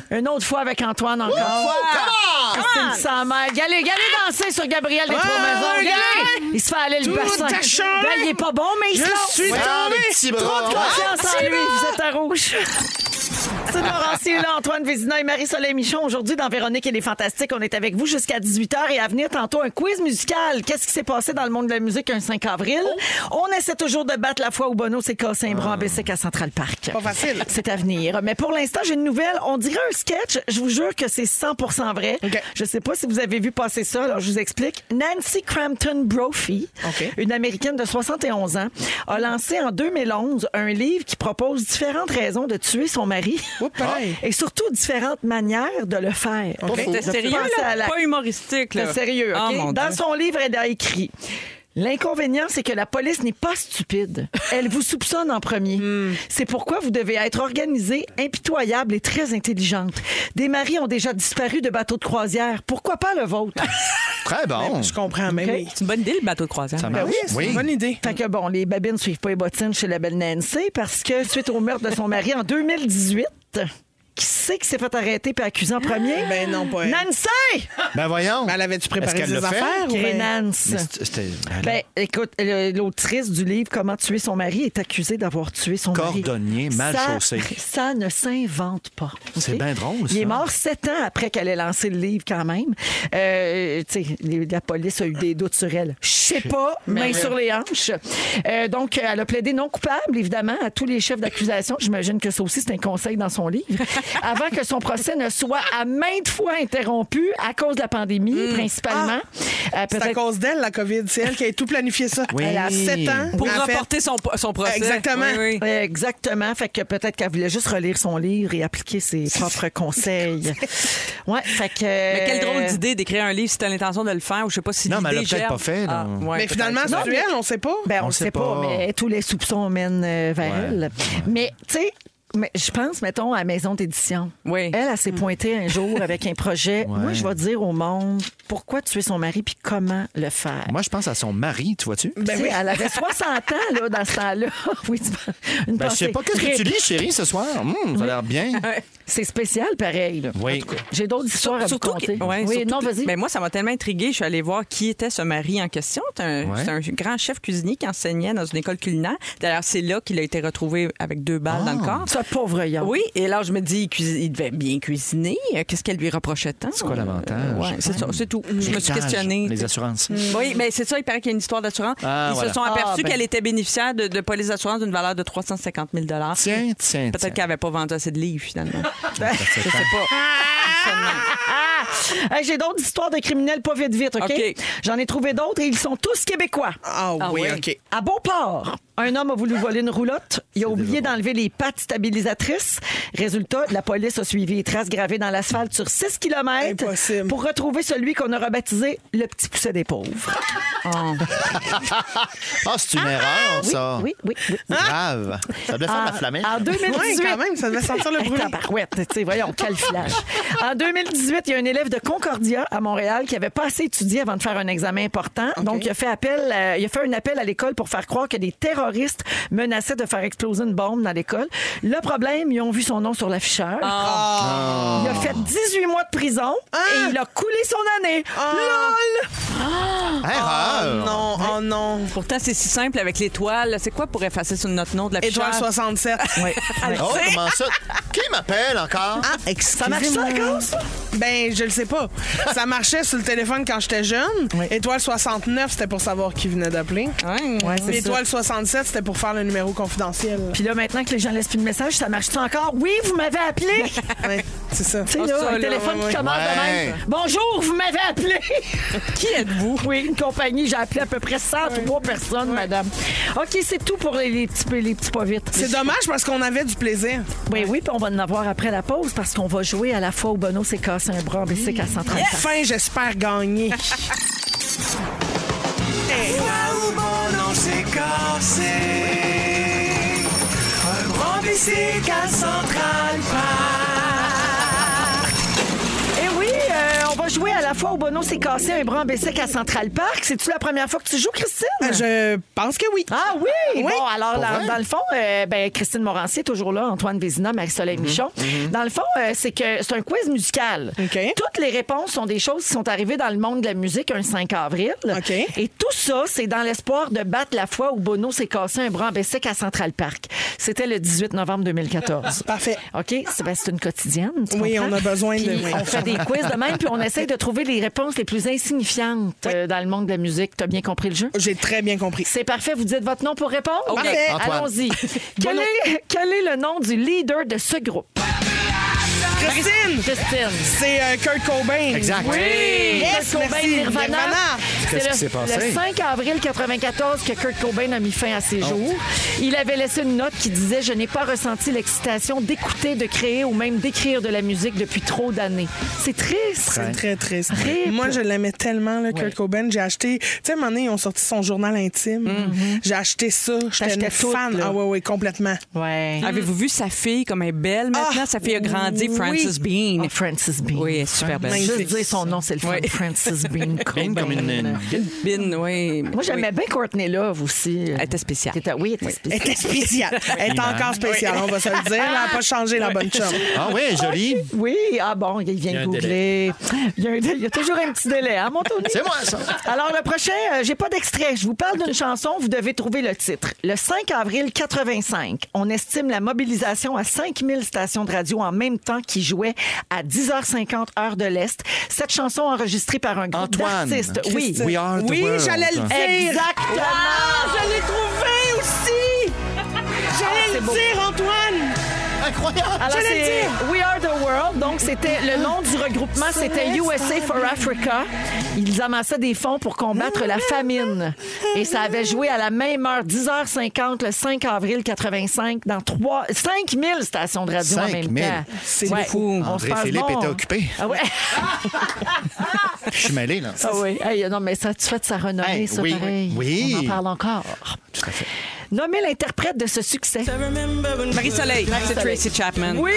S1: Une autre fois avec Antoine encore.
S3: Ah!
S1: Christine Saint-Mère. Galez, galez danser sur Gabriel des Trois-Maisons.
S4: regarde.
S1: Galez! Il se fait aller le
S4: Tout
S1: bassin.
S4: a changé.
S1: Ben, il est pas bon, mais il
S4: Je
S1: se lance.
S4: suis
S2: Ouais,
S4: tombé!
S2: le petit bras.
S4: Trop de confiance.
S1: Confiance en lui, vous êtes à rouge. C'est Laurentien, là, Antoine Vézina et Marie-Soleil Michon. Aujourd'hui, dans Véronique et les Fantastiques, on est avec vous jusqu'à 18h et à venir tantôt un quiz musical. Qu'est-ce qui s'est passé dans le monde de la musique un 5 avril?
S4: Oh.
S1: On essaie toujours de battre la foi où Bono s'est cassé un bras en bicycle à Central Park.
S4: Ah. Pas facile.
S1: C'est à venir. Mais pour l'instant, j'ai une nouvelle. On dirait un sketch. Je vous jure que c'est 100 vrai.
S4: OK.
S1: Je sais pas si vous avez vu passer ça. Alors, je vous explique. Nancy Crampton Brophy,
S4: OK.
S1: une Américaine de 71 ans, a lancé en 2011 un livre qui propose différentes raisons de tuer son mari [laughs]
S4: Oups, pareil.
S1: et surtout différentes manières de le faire.
S3: Fait que
S1: De
S3: C'était sérieux,
S1: penser à
S3: là?
S1: la-
S3: Pas humoristique, là.
S1: c'est sérieux,
S3: Ah,
S4: Oh,
S1: OK?
S3: mon
S1: Dans
S3: Dieu.
S1: son livre, elle a écrit. L'inconvénient, c'est que la police n'est pas stupide. Elle vous soupçonne en
S4: [laughs]
S1: premier.
S4: Hmm.
S1: C'est pourquoi vous devez être organisée, impitoyable et très intelligente. Des maris ont déjà disparu de bateaux de croisière. Pourquoi pas le
S4: [laughs]
S1: vôtre?
S2: Très bon.
S4: Je comprends, mais
S1: OK.
S4: oui.
S3: C'est une bonne idée, le bateau de croisière.
S2: Ça
S4: Ben
S2: marche.
S4: oui, c'est
S2: oui.
S4: une bonne idée.
S1: Fait que bon, les babines suivent pas les bottines chez la belle Nancy parce que suite au meurtre de son mari en 2018, qui sait qui s'est fait arrêter puis accuser en premier?
S4: Ben non, pas elle.
S1: Nancy!
S2: Ben voyons.
S4: Mais elle avait-tu préparé
S2: Est-ce qu'elle
S4: des
S2: l'a fait?
S4: affaires? ou
S1: Grey
S4: ben-
S1: Nance.
S2: Mais c'est- c'était-
S1: Ben, écoute, le- l'autrice du livre Comment tuer son mari est accusée d'avoir tué son mari.
S2: Cordonnier mal
S1: ça,
S2: chaussé.
S1: [laughs] Ça ne s'invente pas.
S2: C'est
S1: OK?
S2: bien drôle,
S1: Il
S2: ça.
S1: est mort sept ans après qu'elle ait lancé le livre, quand même. Euh, tu sais, les- la police a eu des doutes sur elle. Je sais pas,
S2: Ben,
S1: main sur les hanches. Euh, donc, euh, elle a plaidé non coupable, évidemment, à tous les chefs d'accusation. J'imagine que ça aussi, c'est un conseil dans son livre.
S2: [laughs]
S1: Avant que son procès ne soit à maintes fois interrompu à cause de la pandémie,
S2: Hmm. Ah,
S1: principalement. Euh,
S4: C'est à
S1: peut-être-
S4: cause d'elle, la COVID. C'est elle qui a tout planifié ça.
S2: Oui.
S4: Elle a 7 ans.
S3: Pour
S4: elle a fait-
S3: reporter son, son procès.
S4: Exactement.
S3: Oui, oui.
S1: Euh, Exactement. Fait que peut-être qu'elle voulait juste relire son livre et
S2: [laughs]
S1: appliquer ses propres conseils. Ouais, fait que.
S4: Euh,
S3: Mais quelle drôle d'idée d'écrire un livre si t'as l'intention de le faire ou je sais pas si
S2: Non, mais elle l'a
S3: l'idée
S2: peut-être
S3: germe.
S2: pas fait, là.
S3: ouais,
S4: Mais
S3: peut-être.
S4: finalement,
S1: Non,
S4: c'est
S1: mais-
S4: elle, on sait pas.
S1: Ben, on
S2: On
S1: ne
S2: sait
S1: sait
S2: pas.
S1: pas, mais tous les soupçons mènent euh, vers
S2: Ouais,
S1: elle. Mais, tu sais, mais je pense, mettons, à la maison d'édition.
S3: Oui.
S1: Elle, elle s'est
S2: Mm.
S1: pointée un jour avec un projet. Moi, je vais dire au monde pourquoi tuer son mari puis comment le faire.
S2: Moi, ben je pense à son mari, tu vois-tu?
S4: Ben
S1: Tu sais, Elle avait 60 ans là, dans ce temps-là. [laughs] oui, tu penses- une
S2: Ben, je sais
S1: pensée.
S2: pas. Qu'est-ce que tu lis, chérie, ce soir? Hum, ça a l'air bien.
S1: C'est spécial, pareil. là.
S2: Oui.
S1: J'ai d'autres histoires à vous
S3: Surtout
S1: conter.
S3: que- ouais,
S1: oui,
S3: surtout
S1: non,
S3: que-
S1: vas-y.
S3: ben, moi, ça m'a tellement intriguée. Je suis allée voir qui était ce mari en question. C'est un,
S2: Ouais.
S3: c'est un grand chef cuisinier qui enseignait dans une école culinaire. D'ailleurs, c'est là qu'il a été retrouvé avec deux balles
S2: Ah.
S3: dans le corps.
S1: Ce pauvre Yann.
S3: Oui, et là, je me dis, il, cuisi- il devait bien cuisiner. Euh, Qu'est-ce qu'elle lui reprochait tant?
S2: C'est quoi l'avantage?
S3: Euh, ouais, c'est ça, c'est tout. Je me suis
S2: L'héritage,
S3: questionnée. Mm.
S2: Les assurances.
S3: Oui, mais c'est ça, il paraît qu'il y a une histoire d'assurance.
S2: Ah,
S3: Ils
S2: voilà.
S3: se sont
S1: Mm. Ah,
S3: aperçus
S1: ben.
S3: qu'elle était bénéficiaire de, de police d'assurance d'une valeur de 350 000
S2: Tiens, tiens, tiens.
S3: Peut-être qu'elle n'avait pas vendu assez de
S2: [laughs]
S3: livres, finalement. Ben, je sais pas.
S1: Ah! Hey, J'ai d'autres histoires de criminels, pas vite, vite, OK?
S3: OK.
S1: J'en ai trouvé d'autres et ils sont tous québécois.
S4: Ah oui,
S3: Ah oui.
S4: OK.
S1: À Beauport, un homme a voulu voler une roulotte. Il a oublié d'enlever les pattes stabilisatrices. Résultat, la police a suivi les traces gravées dans l'asphalte sur 6 km
S4: Impossible.
S1: pour retrouver celui qu'on a rebaptisé le petit poucet des pauvres.
S2: [laughs] Ah, c'est une erreur,
S1: Oui,
S2: ça.
S1: oui, Ah. oui. oui.
S2: C'est Grave. Ça devait faire
S1: En-
S2: la flamèche.
S1: En 2018.
S4: Ouais, quand même, ça devait sentir le
S1: Hey,
S4: brûlé.
S1: tabarouette, tu sais, voyons, quel flash. En 2018, il y a un élève de Concordia à Montréal qui avait pas assez étudié avant de faire un examen important. Donc, il a fait appel, euh, il a fait un appel à l'école pour faire croire que des terroristes menaçaient de faire exploser une bombe dans l'école. Le problème, ils ont vu son nom sur l'afficheur.
S3: Ah.
S4: Ah.
S1: Il a fait 18 mois de prison et il a coulé son année.
S3: Ah.
S2: Ah.
S1: LOL!
S2: Erreur.
S4: Ah. Non, oh non.
S3: Pourtant, c'est si simple avec l'étoile. C'est quoi pour effacer sur notre nom de la
S4: Étoile 67.
S2: Oh, comment ça? Qui m'appelle encore?
S4: Ça marche ça, Ah, Ben, je le sais pas. Ça marchait sur le téléphone quand j'étais jeune. Étoile 69, c'était pour savoir qui venait d'appeler.
S1: Ouais, c'est ça.
S4: Étoile 67, c'était pour faire le numéro [laughs] confidentiel.
S1: Puis là, maintenant que les gens laissent plus de messages, ça marche-tu encore? Oui, vous m'avez
S3: [laughs]
S1: appelé!
S4: Ouais, c'est ça.
S1: Tu sais,
S3: Ah,
S1: là,
S3: ça,
S1: un
S3: là,
S1: téléphone
S3: ouais, ouais.
S1: qui commande de
S2: Ouais.
S1: même. Bonjour, vous m'avez appelé. qui êtes-vous? Oui, une compagnie. J'ai appelé à peu près 103 personnes, madame. OK, c'est tout pour les, les petits, peu- les petits pas vite.
S4: C'est dommage parce qu'on avait du plaisir.
S1: Oui, oui, puis on va en avoir après la pause parce qu'on va jouer à la fois où Bono s'est cassé un bras en bicycle à 130 ans.
S4: Enfin,
S1: [laughs]
S4: j'espère gagner.
S1: Eh oui, euh, on va ont joué à la fois au Bono s'est cassé un bras en Bessic à Central Park. C'est-tu la première fois que tu joues, Christine?
S4: Euh, Je pense que oui.
S1: Ah oui!
S4: Oui.
S1: Bon, alors,
S2: Pour
S1: dans,
S2: vrai?
S1: dans le fond, euh, ben, Christine Morancier est toujours là, Antoine Vézina,
S4: Mm-hmm.
S1: Marie-Soleil Michon. Dans le fond, euh, c'est que c'est un quiz musical.
S4: OK.
S1: Toutes les réponses sont des choses qui sont arrivées dans le monde de la musique un 5 avril.
S4: OK.
S1: Et tout ça, c'est dans l'espoir de battre la fois où Bono s'est cassé un bras en Bessic à Central Park. C'était le 18 novembre
S4: [laughs]
S1: 2014.
S4: Parfait.
S1: OK? C'est ben, c'est une quotidienne. tu
S4: Oui,
S1: comprends?
S4: on a besoin de-
S1: Puis
S4: oui.
S1: On fait des quiz de même, puis on essaye de trouver les réponses les plus insignifiantes euh, dans le monde de la musique. T'as bien compris le jeu?
S4: J'ai très bien compris.
S1: C'est parfait. Vous dites votre nom pour répondre?
S4: Parfait.
S2: Antoine.
S3: [laughs]
S1: Allons-y. quel, est, quel est le nom du leader de ce groupe?
S4: Christine,
S1: Christine.
S4: c'est euh, Kurt Cobain.
S2: Exact.
S4: Yes,
S1: Kurt Cobain,
S4: merci.
S1: Nirvana.
S4: Nirvana.
S1: C'est
S2: Qu'est-ce
S1: le-
S2: qui s'est passé? Oh.
S1: Le 5 avril 94 que Kurt Cobain a mis fin à ses jours. Il avait laissé une note qui disait « Je n'ai pas ressenti l'excitation d'écouter, de créer ou même d'écrire de la musique depuis trop d'années. » C'est triste.
S4: C'est très triste.
S1: Rip.
S4: Moi, je l'aimais tellement, là,
S1: Ouais.
S4: Kurt Cobain. J'ai acheté. Tu sais, à un moment donné, ils ont sorti son journal intime. J'ai acheté ça. J'étais
S1: Mm-hmm. T'achetais
S4: une
S1: tout,
S4: fan.
S1: là.
S4: Ah, ouais, ouais, complètement.
S1: Ouais.
S3: Avez-vous vu sa fille comme elle est belle maintenant?
S4: Ah,
S3: sa fille a grandi,
S4: oui.
S3: Frances Bean.
S1: Oh, Francis Bean.
S3: Oui, elle est super belle.
S1: Juste
S4: Magnifique.
S1: dire son nom, c'est le fun.
S3: Oui.
S1: Francis Bean Cobain.
S2: Une [laughs] comme une- une-
S3: Bean, oui.
S1: Moi, j'aimais bien Courtney Love aussi.
S3: Elle était spéciale.
S1: Qui était- oui, elle était
S4: Elle
S1: spéciale.
S4: était spéciale. Elle est encore spéciale, on va se le dire. Elle n'a pas changé, la bonne chum.
S2: Ah oui, joli.
S1: Oui, ah bon, il vient
S2: y a
S1: de
S2: un
S1: googler. Il y, a un dé- il y a toujours un petit délai, hein, mon Tony?
S2: C'est moi, ça.
S1: Alors, le prochain, euh, j'ai pas d'extrait. Je vous parle d'une chanson, vous devez trouver le titre. Le 5 avril 85, on estime la mobilisation à 5000 stations de radio en même temps qui jouaient à 10h50 heure de l'Est. Cette chanson enregistrée par un groupe
S2: Antoine.
S1: d'artistes. Oui.
S2: We are the
S4: Oui,
S2: world.
S4: j'allais le dire.
S1: Exactement.
S4: Je l'ai trouvé aussi.
S1: Ah,
S4: J'allais
S1: c'est
S4: le
S1: beau.
S4: dire, Antoine.
S2: Incroyable.
S1: Alors,
S4: J'allais
S1: c'est
S4: le
S1: We Are the World. Donc, c'était le nom du regroupement, c'était USA for Africa. Ils amassaient des fonds pour combattre la famine. Et ça avait joué à la même heure, 10h50, le 5 avril 85, dans 3, 5000 stations de radio en
S2: 5 000.
S1: même temps.
S2: C'est
S1: fou.
S2: André Philippe était occupé. [laughs]
S1: Ah ouais.
S2: Je suis mêlé, là.
S1: Ah oui. Hey, non, mais ça, tu fais de sa renommée,
S2: Hey,
S1: ça,
S2: oui.
S1: pareil.
S2: Oui.
S1: On en parle encore. Tout à fait. Nommez l'interprète de ce succès.
S3: Marie-Soleil, c'est Tracy Chapman. Ah,
S1: Oui!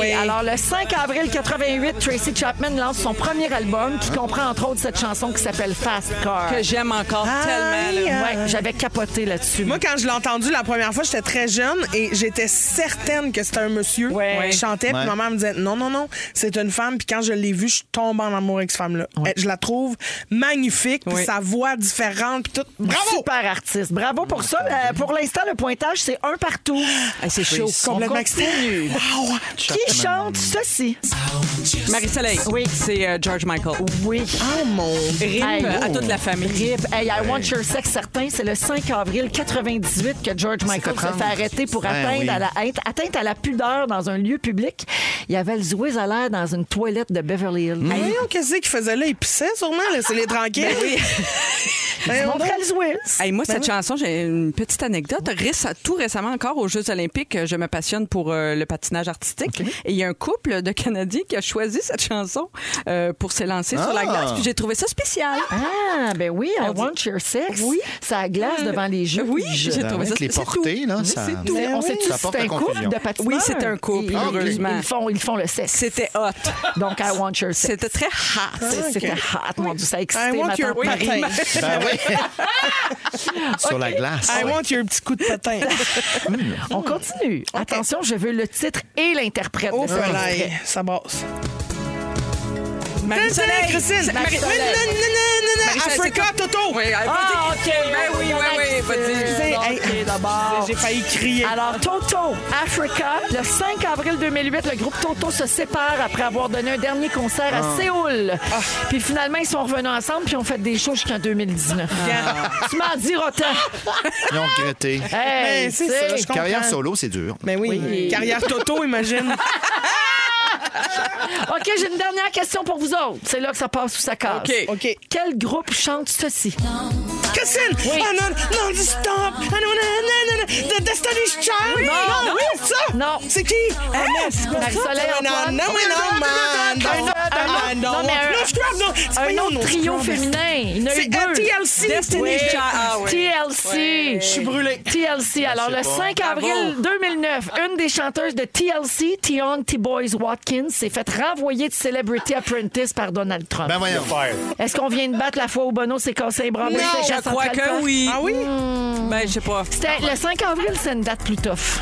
S4: oui.
S1: Alors, le 5 avril 88, Tracy Chapman lance son premier album qui comprend entre autres cette chanson qui s'appelle Fast Car.
S3: Hein? Que euh, j'aime encore tellement. là.
S1: Ouais, j'avais capoté là-dessus.
S4: Moi, quand je l'ai entendu la première fois, j'étais très jeune et j'étais certaine que c'était un monsieur
S1: Ouais.
S4: qui chantait. Puis
S2: Ouais.
S4: ma mère me disait non, non, non, c'est une femme. Puis quand je l'ai vue, je tombe en amour avec cette femme-là. Elle- Je la trouve magnifique, puis
S3: Oui.
S4: sa voix différente, puis tout. Bravo!
S1: Super artiste. Bravo pour ça. Euh, pour l'instant, le pointage, c'est un partout.
S3: Ah, c'est chaud.
S4: Complètement extérieur. Wow!
S1: Qui chante ceci?
S3: Marie-Soleil,
S1: Oui.
S3: c'est euh, George Michael.
S1: Oui.
S4: Oh mon Dieu.
S3: Rip
S1: Hey.
S3: à toute la famille.
S1: Rip. Hey, I want your sex certain. C'est le 5 avril 98 que George Michael se
S2: prendre.
S1: fait arrêter pour
S2: Ben
S1: atteinte,
S2: oui.
S1: à la, haine- atteinte à la pudeur dans un lieu public. Il y avait le zoué à l'air dans une toilette de Beverly Hills.
S4: Hey, voyons, qu'est-ce qu'il faisait là? Il pissait sûrement, là. C'est les tranquilles. [laughs] Ben, on
S1: Montre
S4: dirait-
S1: le zoué.
S3: Hey, moi, cette chanson, j'ai une petite anecdote. Réce- tout récemment encore aux Jeux olympiques, je me passionne pour euh, le patinage artistique. Et il y a un couple de Canadiens qui a choisi cette chanson euh, pour s'élancer sur la
S2: Ah.
S3: glace. Puis j'ai trouvé ça spécial.
S1: Ah, ben oui, I want your sex.
S3: Oui.
S1: Ça glace devant les jeux.
S3: Oui,
S1: Je-
S3: j'ai trouvé ça
S2: Ben Avec les
S3: c'est tout.
S2: portées, là,
S3: C'est
S2: ça- Ben
S3: tout.
S1: Mais on
S2: oui.
S1: sait tous
S2: Ça
S1: si
S2: porte
S1: c'est
S2: à
S1: un couple
S2: confusion.
S1: [laughs]
S2: Ben
S1: de patineurs.
S3: Oui, c'est un couple,
S1: Ils- ils-
S3: heureusement.
S1: Ils font, ils font le sexe.
S3: C'était hot.
S1: Donc, I want your sex.
S3: C'était très hot.
S1: C'est- C'était hot, mon Dieu, ça a excité
S4: I want
S1: ma tante
S4: your
S1: Marie.
S4: patin.
S2: Ben oui. Sur la glace.
S4: I want your petit coup de patin.
S1: On continue. Attention, je veux le titre et l'interprète.
S4: Oh,
S1: de cet
S4: soleil.
S1: extrait.
S4: Ça brasse.
S3: Marie-Soleil.
S4: Christine.
S3: C'est-
S4: Marie-
S3: Marie-Soleil.
S4: Oui, non, non, non, non,
S3: Marie-Soleil,
S4: Africa,
S3: c'est-
S4: Toto.
S3: Oui, ah,
S1: Ah,
S3: vas-y.
S1: OK.
S3: Ben oui, oui, oui, vas-y.
S4: Excusez,
S1: Donc,
S4: hey,
S1: OK, d'abord.
S4: J'ai failli crier.
S1: Alors, Toto, Africa, le 5 avril 2008, le groupe Toto se sépare après avoir donné un dernier concert
S4: Ah.
S1: à Séoul. Puis finalement, ils sont revenus ensemble puis ont fait des shows jusqu'en 2019.
S4: Ah.
S1: Ah. Tu m'en dis autant.
S2: Ils ont regretté.
S1: Hey,
S4: Ben, c'est
S1: tu sais.
S4: ça, je comprends.
S2: Carrière solo, c'est dur.
S4: Mais Ben oui,
S1: Oui.
S4: carrière Toto, imagine.
S1: OK, j'ai une dernière question pour vous autres. C'est là que ça passe ou ça casse.
S3: OK.
S4: OK.
S1: Quel groupe chante ceci?
S4: Christine!
S1: Oui.
S4: Ah non, non, du stop! Ah non, non, non, non, non, The Destiny's Child!
S1: Oui.
S4: Non,
S1: Non.
S4: oui, ça!
S1: Non.
S4: C'est qui? Ah, non, c'est pas ça.
S1: Marie-Soleil,
S4: Non,
S1: Antoine.
S4: non, non, non, non, non,
S1: Un,
S4: non. Ah, non,
S10: non, mais un-
S4: Love Scrap, non. C'est
S10: Un
S4: voyons,
S10: autre
S4: Love
S10: trio
S4: Scrap.
S10: féminin. Il y en a eu
S4: C'est
S10: deux.
S4: euh, TLC.
S3: Destiny
S4: Oui.
S3: Child. Ah, ouais.
S10: TLC.
S4: Je suis brûlée.
S10: TLC. Alors,
S2: sais
S10: le
S2: pas.
S10: 5
S3: Bravo.
S10: avril 2009, une des chanteuses de TLC, Tion T-Boys Watkins, s'est faite renvoyer de Celebrity Apprentice par Donald Trump.
S2: Ben voyons.
S10: Est-ce qu'on vient de battre la fois où Bono s'est cassé les bras en
S4: Non,
S10: Belgique, à
S3: Je crois
S10: Central
S3: que
S10: Park?
S3: oui.
S4: Ah oui?
S3: Ben, je sais pas.
S10: C'était le 5 avril, c'est une date plus tough.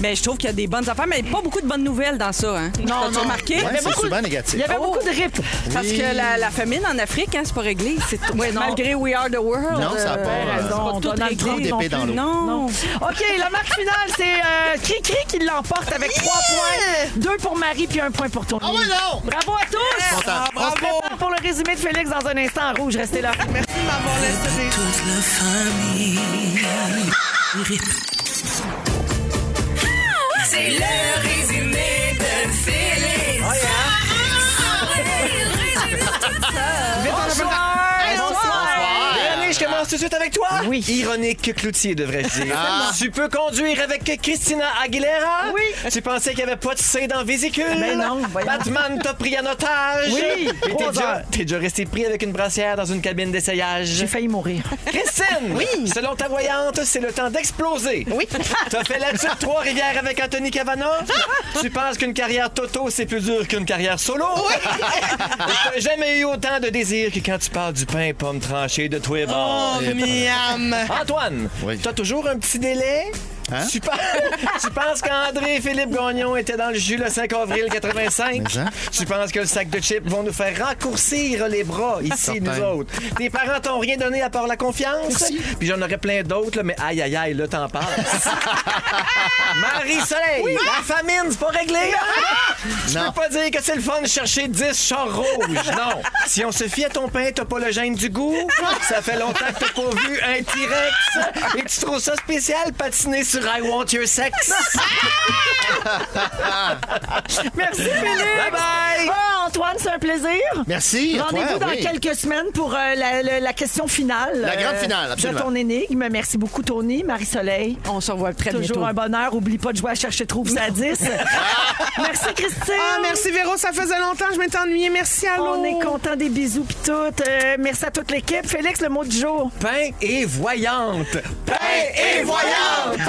S3: Mais je trouve qu'il y a des bonnes affaires, mais pas beaucoup de bonnes nouvelles dans ça. Hein.
S10: Non,
S3: T'as-tu
S10: non.
S3: remarqué?
S2: Ouais, c'est souvent
S10: Il
S2: négatif.
S10: y avait beaucoup de rips.
S3: Parce
S2: Oui.
S3: que la, la famine en Afrique, hein, c'est pas réglé. [laughs] C'est
S10: Ouais, non.
S3: malgré We Are the World.
S2: Non, ça a pas, euh,
S3: euh, c'est pas
S10: raison.
S3: tout
S10: Donald
S3: réglé.
S10: Trump
S2: est épais dans l'eau.
S3: Non.
S1: OK, la marque finale, c'est euh, Cricri qui l'emporte avec trois points.
S10: Deux pour Marie puis un point pour ton
S2: Ah ouais, non!
S1: Bravo à tous!
S2: Content.
S1: On se prépare pour le résumé de Félix dans un instant en rouge. Restez là.
S9: C'est le résumé de Félix.
S11: Véronique, je commence tout de suite avec toi.
S1: Oui.
S11: Ironique Cloutier, devrais-je dire.
S2: Ah.
S11: Tu peux conduire avec Christina Ah, Aguilera. Oui. Tu pensais qu'il n'y avait pas de C dans Vésicule.
S1: Ben non, voyons.
S11: Batman t'a pris en otage.
S1: Oui,
S11: Et T'es
S1: trois heures.
S11: déjà, t'es déjà resté pris avec une brassière dans une cabine d'essayage.
S1: J'ai failli mourir.
S11: Christine! Oui! Selon ta voyante, c'est le temps d'exploser. Oui! [laughs] T'as fait la tuque Trois-Rivières avec Anthony [laughs] Cavana. tu penses qu'une carrière Toto, c'est plus dur qu'une carrière solo? Oui! [laughs] T'as jamais eu autant de désir que quand tu parles du pain pomme tranché de tous les bords.
S4: Oh, miam.
S11: Euh, Antoine,
S2: Oui.
S11: t'as toujours un petit délai?
S2: Hein?
S11: Tu, pen- [laughs] tu penses qu'André Philippe Gagnon était dans le jus le 5 avril 85?
S2: Mais, hein?
S11: Tu penses que le sac de chips vont nous faire raccourcir les bras ici,
S2: Certain.
S11: nous autres? Tes parents t'ont rien donné à part la confiance? Puis j'en aurais plein d'autres, là, mais aïe, aïe, aïe, là,
S4: [laughs]
S11: t'en passes. Marie-Soleil, la famine, c'est pas
S4: [laughs]
S11: réglé, hein? Tu
S2: Non.
S11: peux pas dire que c'est le fun de chercher 10 chars rouges, non. Si on se fie à ton pain, t'as pas le gène du goût. Ça fait longtemps que t'as pas vu un T-Rex. Et tu trouves ça spécial, patiner sur I Want Your Sex?
S1: Merci, Félix.
S11: Bye-bye!
S1: Ah, Antoine, c'est un plaisir.
S2: Merci. à toi,
S1: Rendez-vous dans
S2: oui.
S1: quelques semaines pour euh, la, la- la question finale.
S2: La grande finale, absolument.
S1: De ton énigme. Merci beaucoup, Tony, Marie-Soleil.
S3: On se revoit très
S1: Toujours
S3: bientôt.
S1: un bonheur. Oublie pas de jouer à Chercher Trouve, ça
S2: [laughs]
S1: à 10. merci, Christine.
S4: Ah, merci Véro, ça faisait longtemps, je m'étais ennuyée. Merci à
S1: On est content des bisous pis tout. Euh, merci à toute l'équipe. Félix, le mot du jour.
S11: Pain et voyante! Pain et voyante!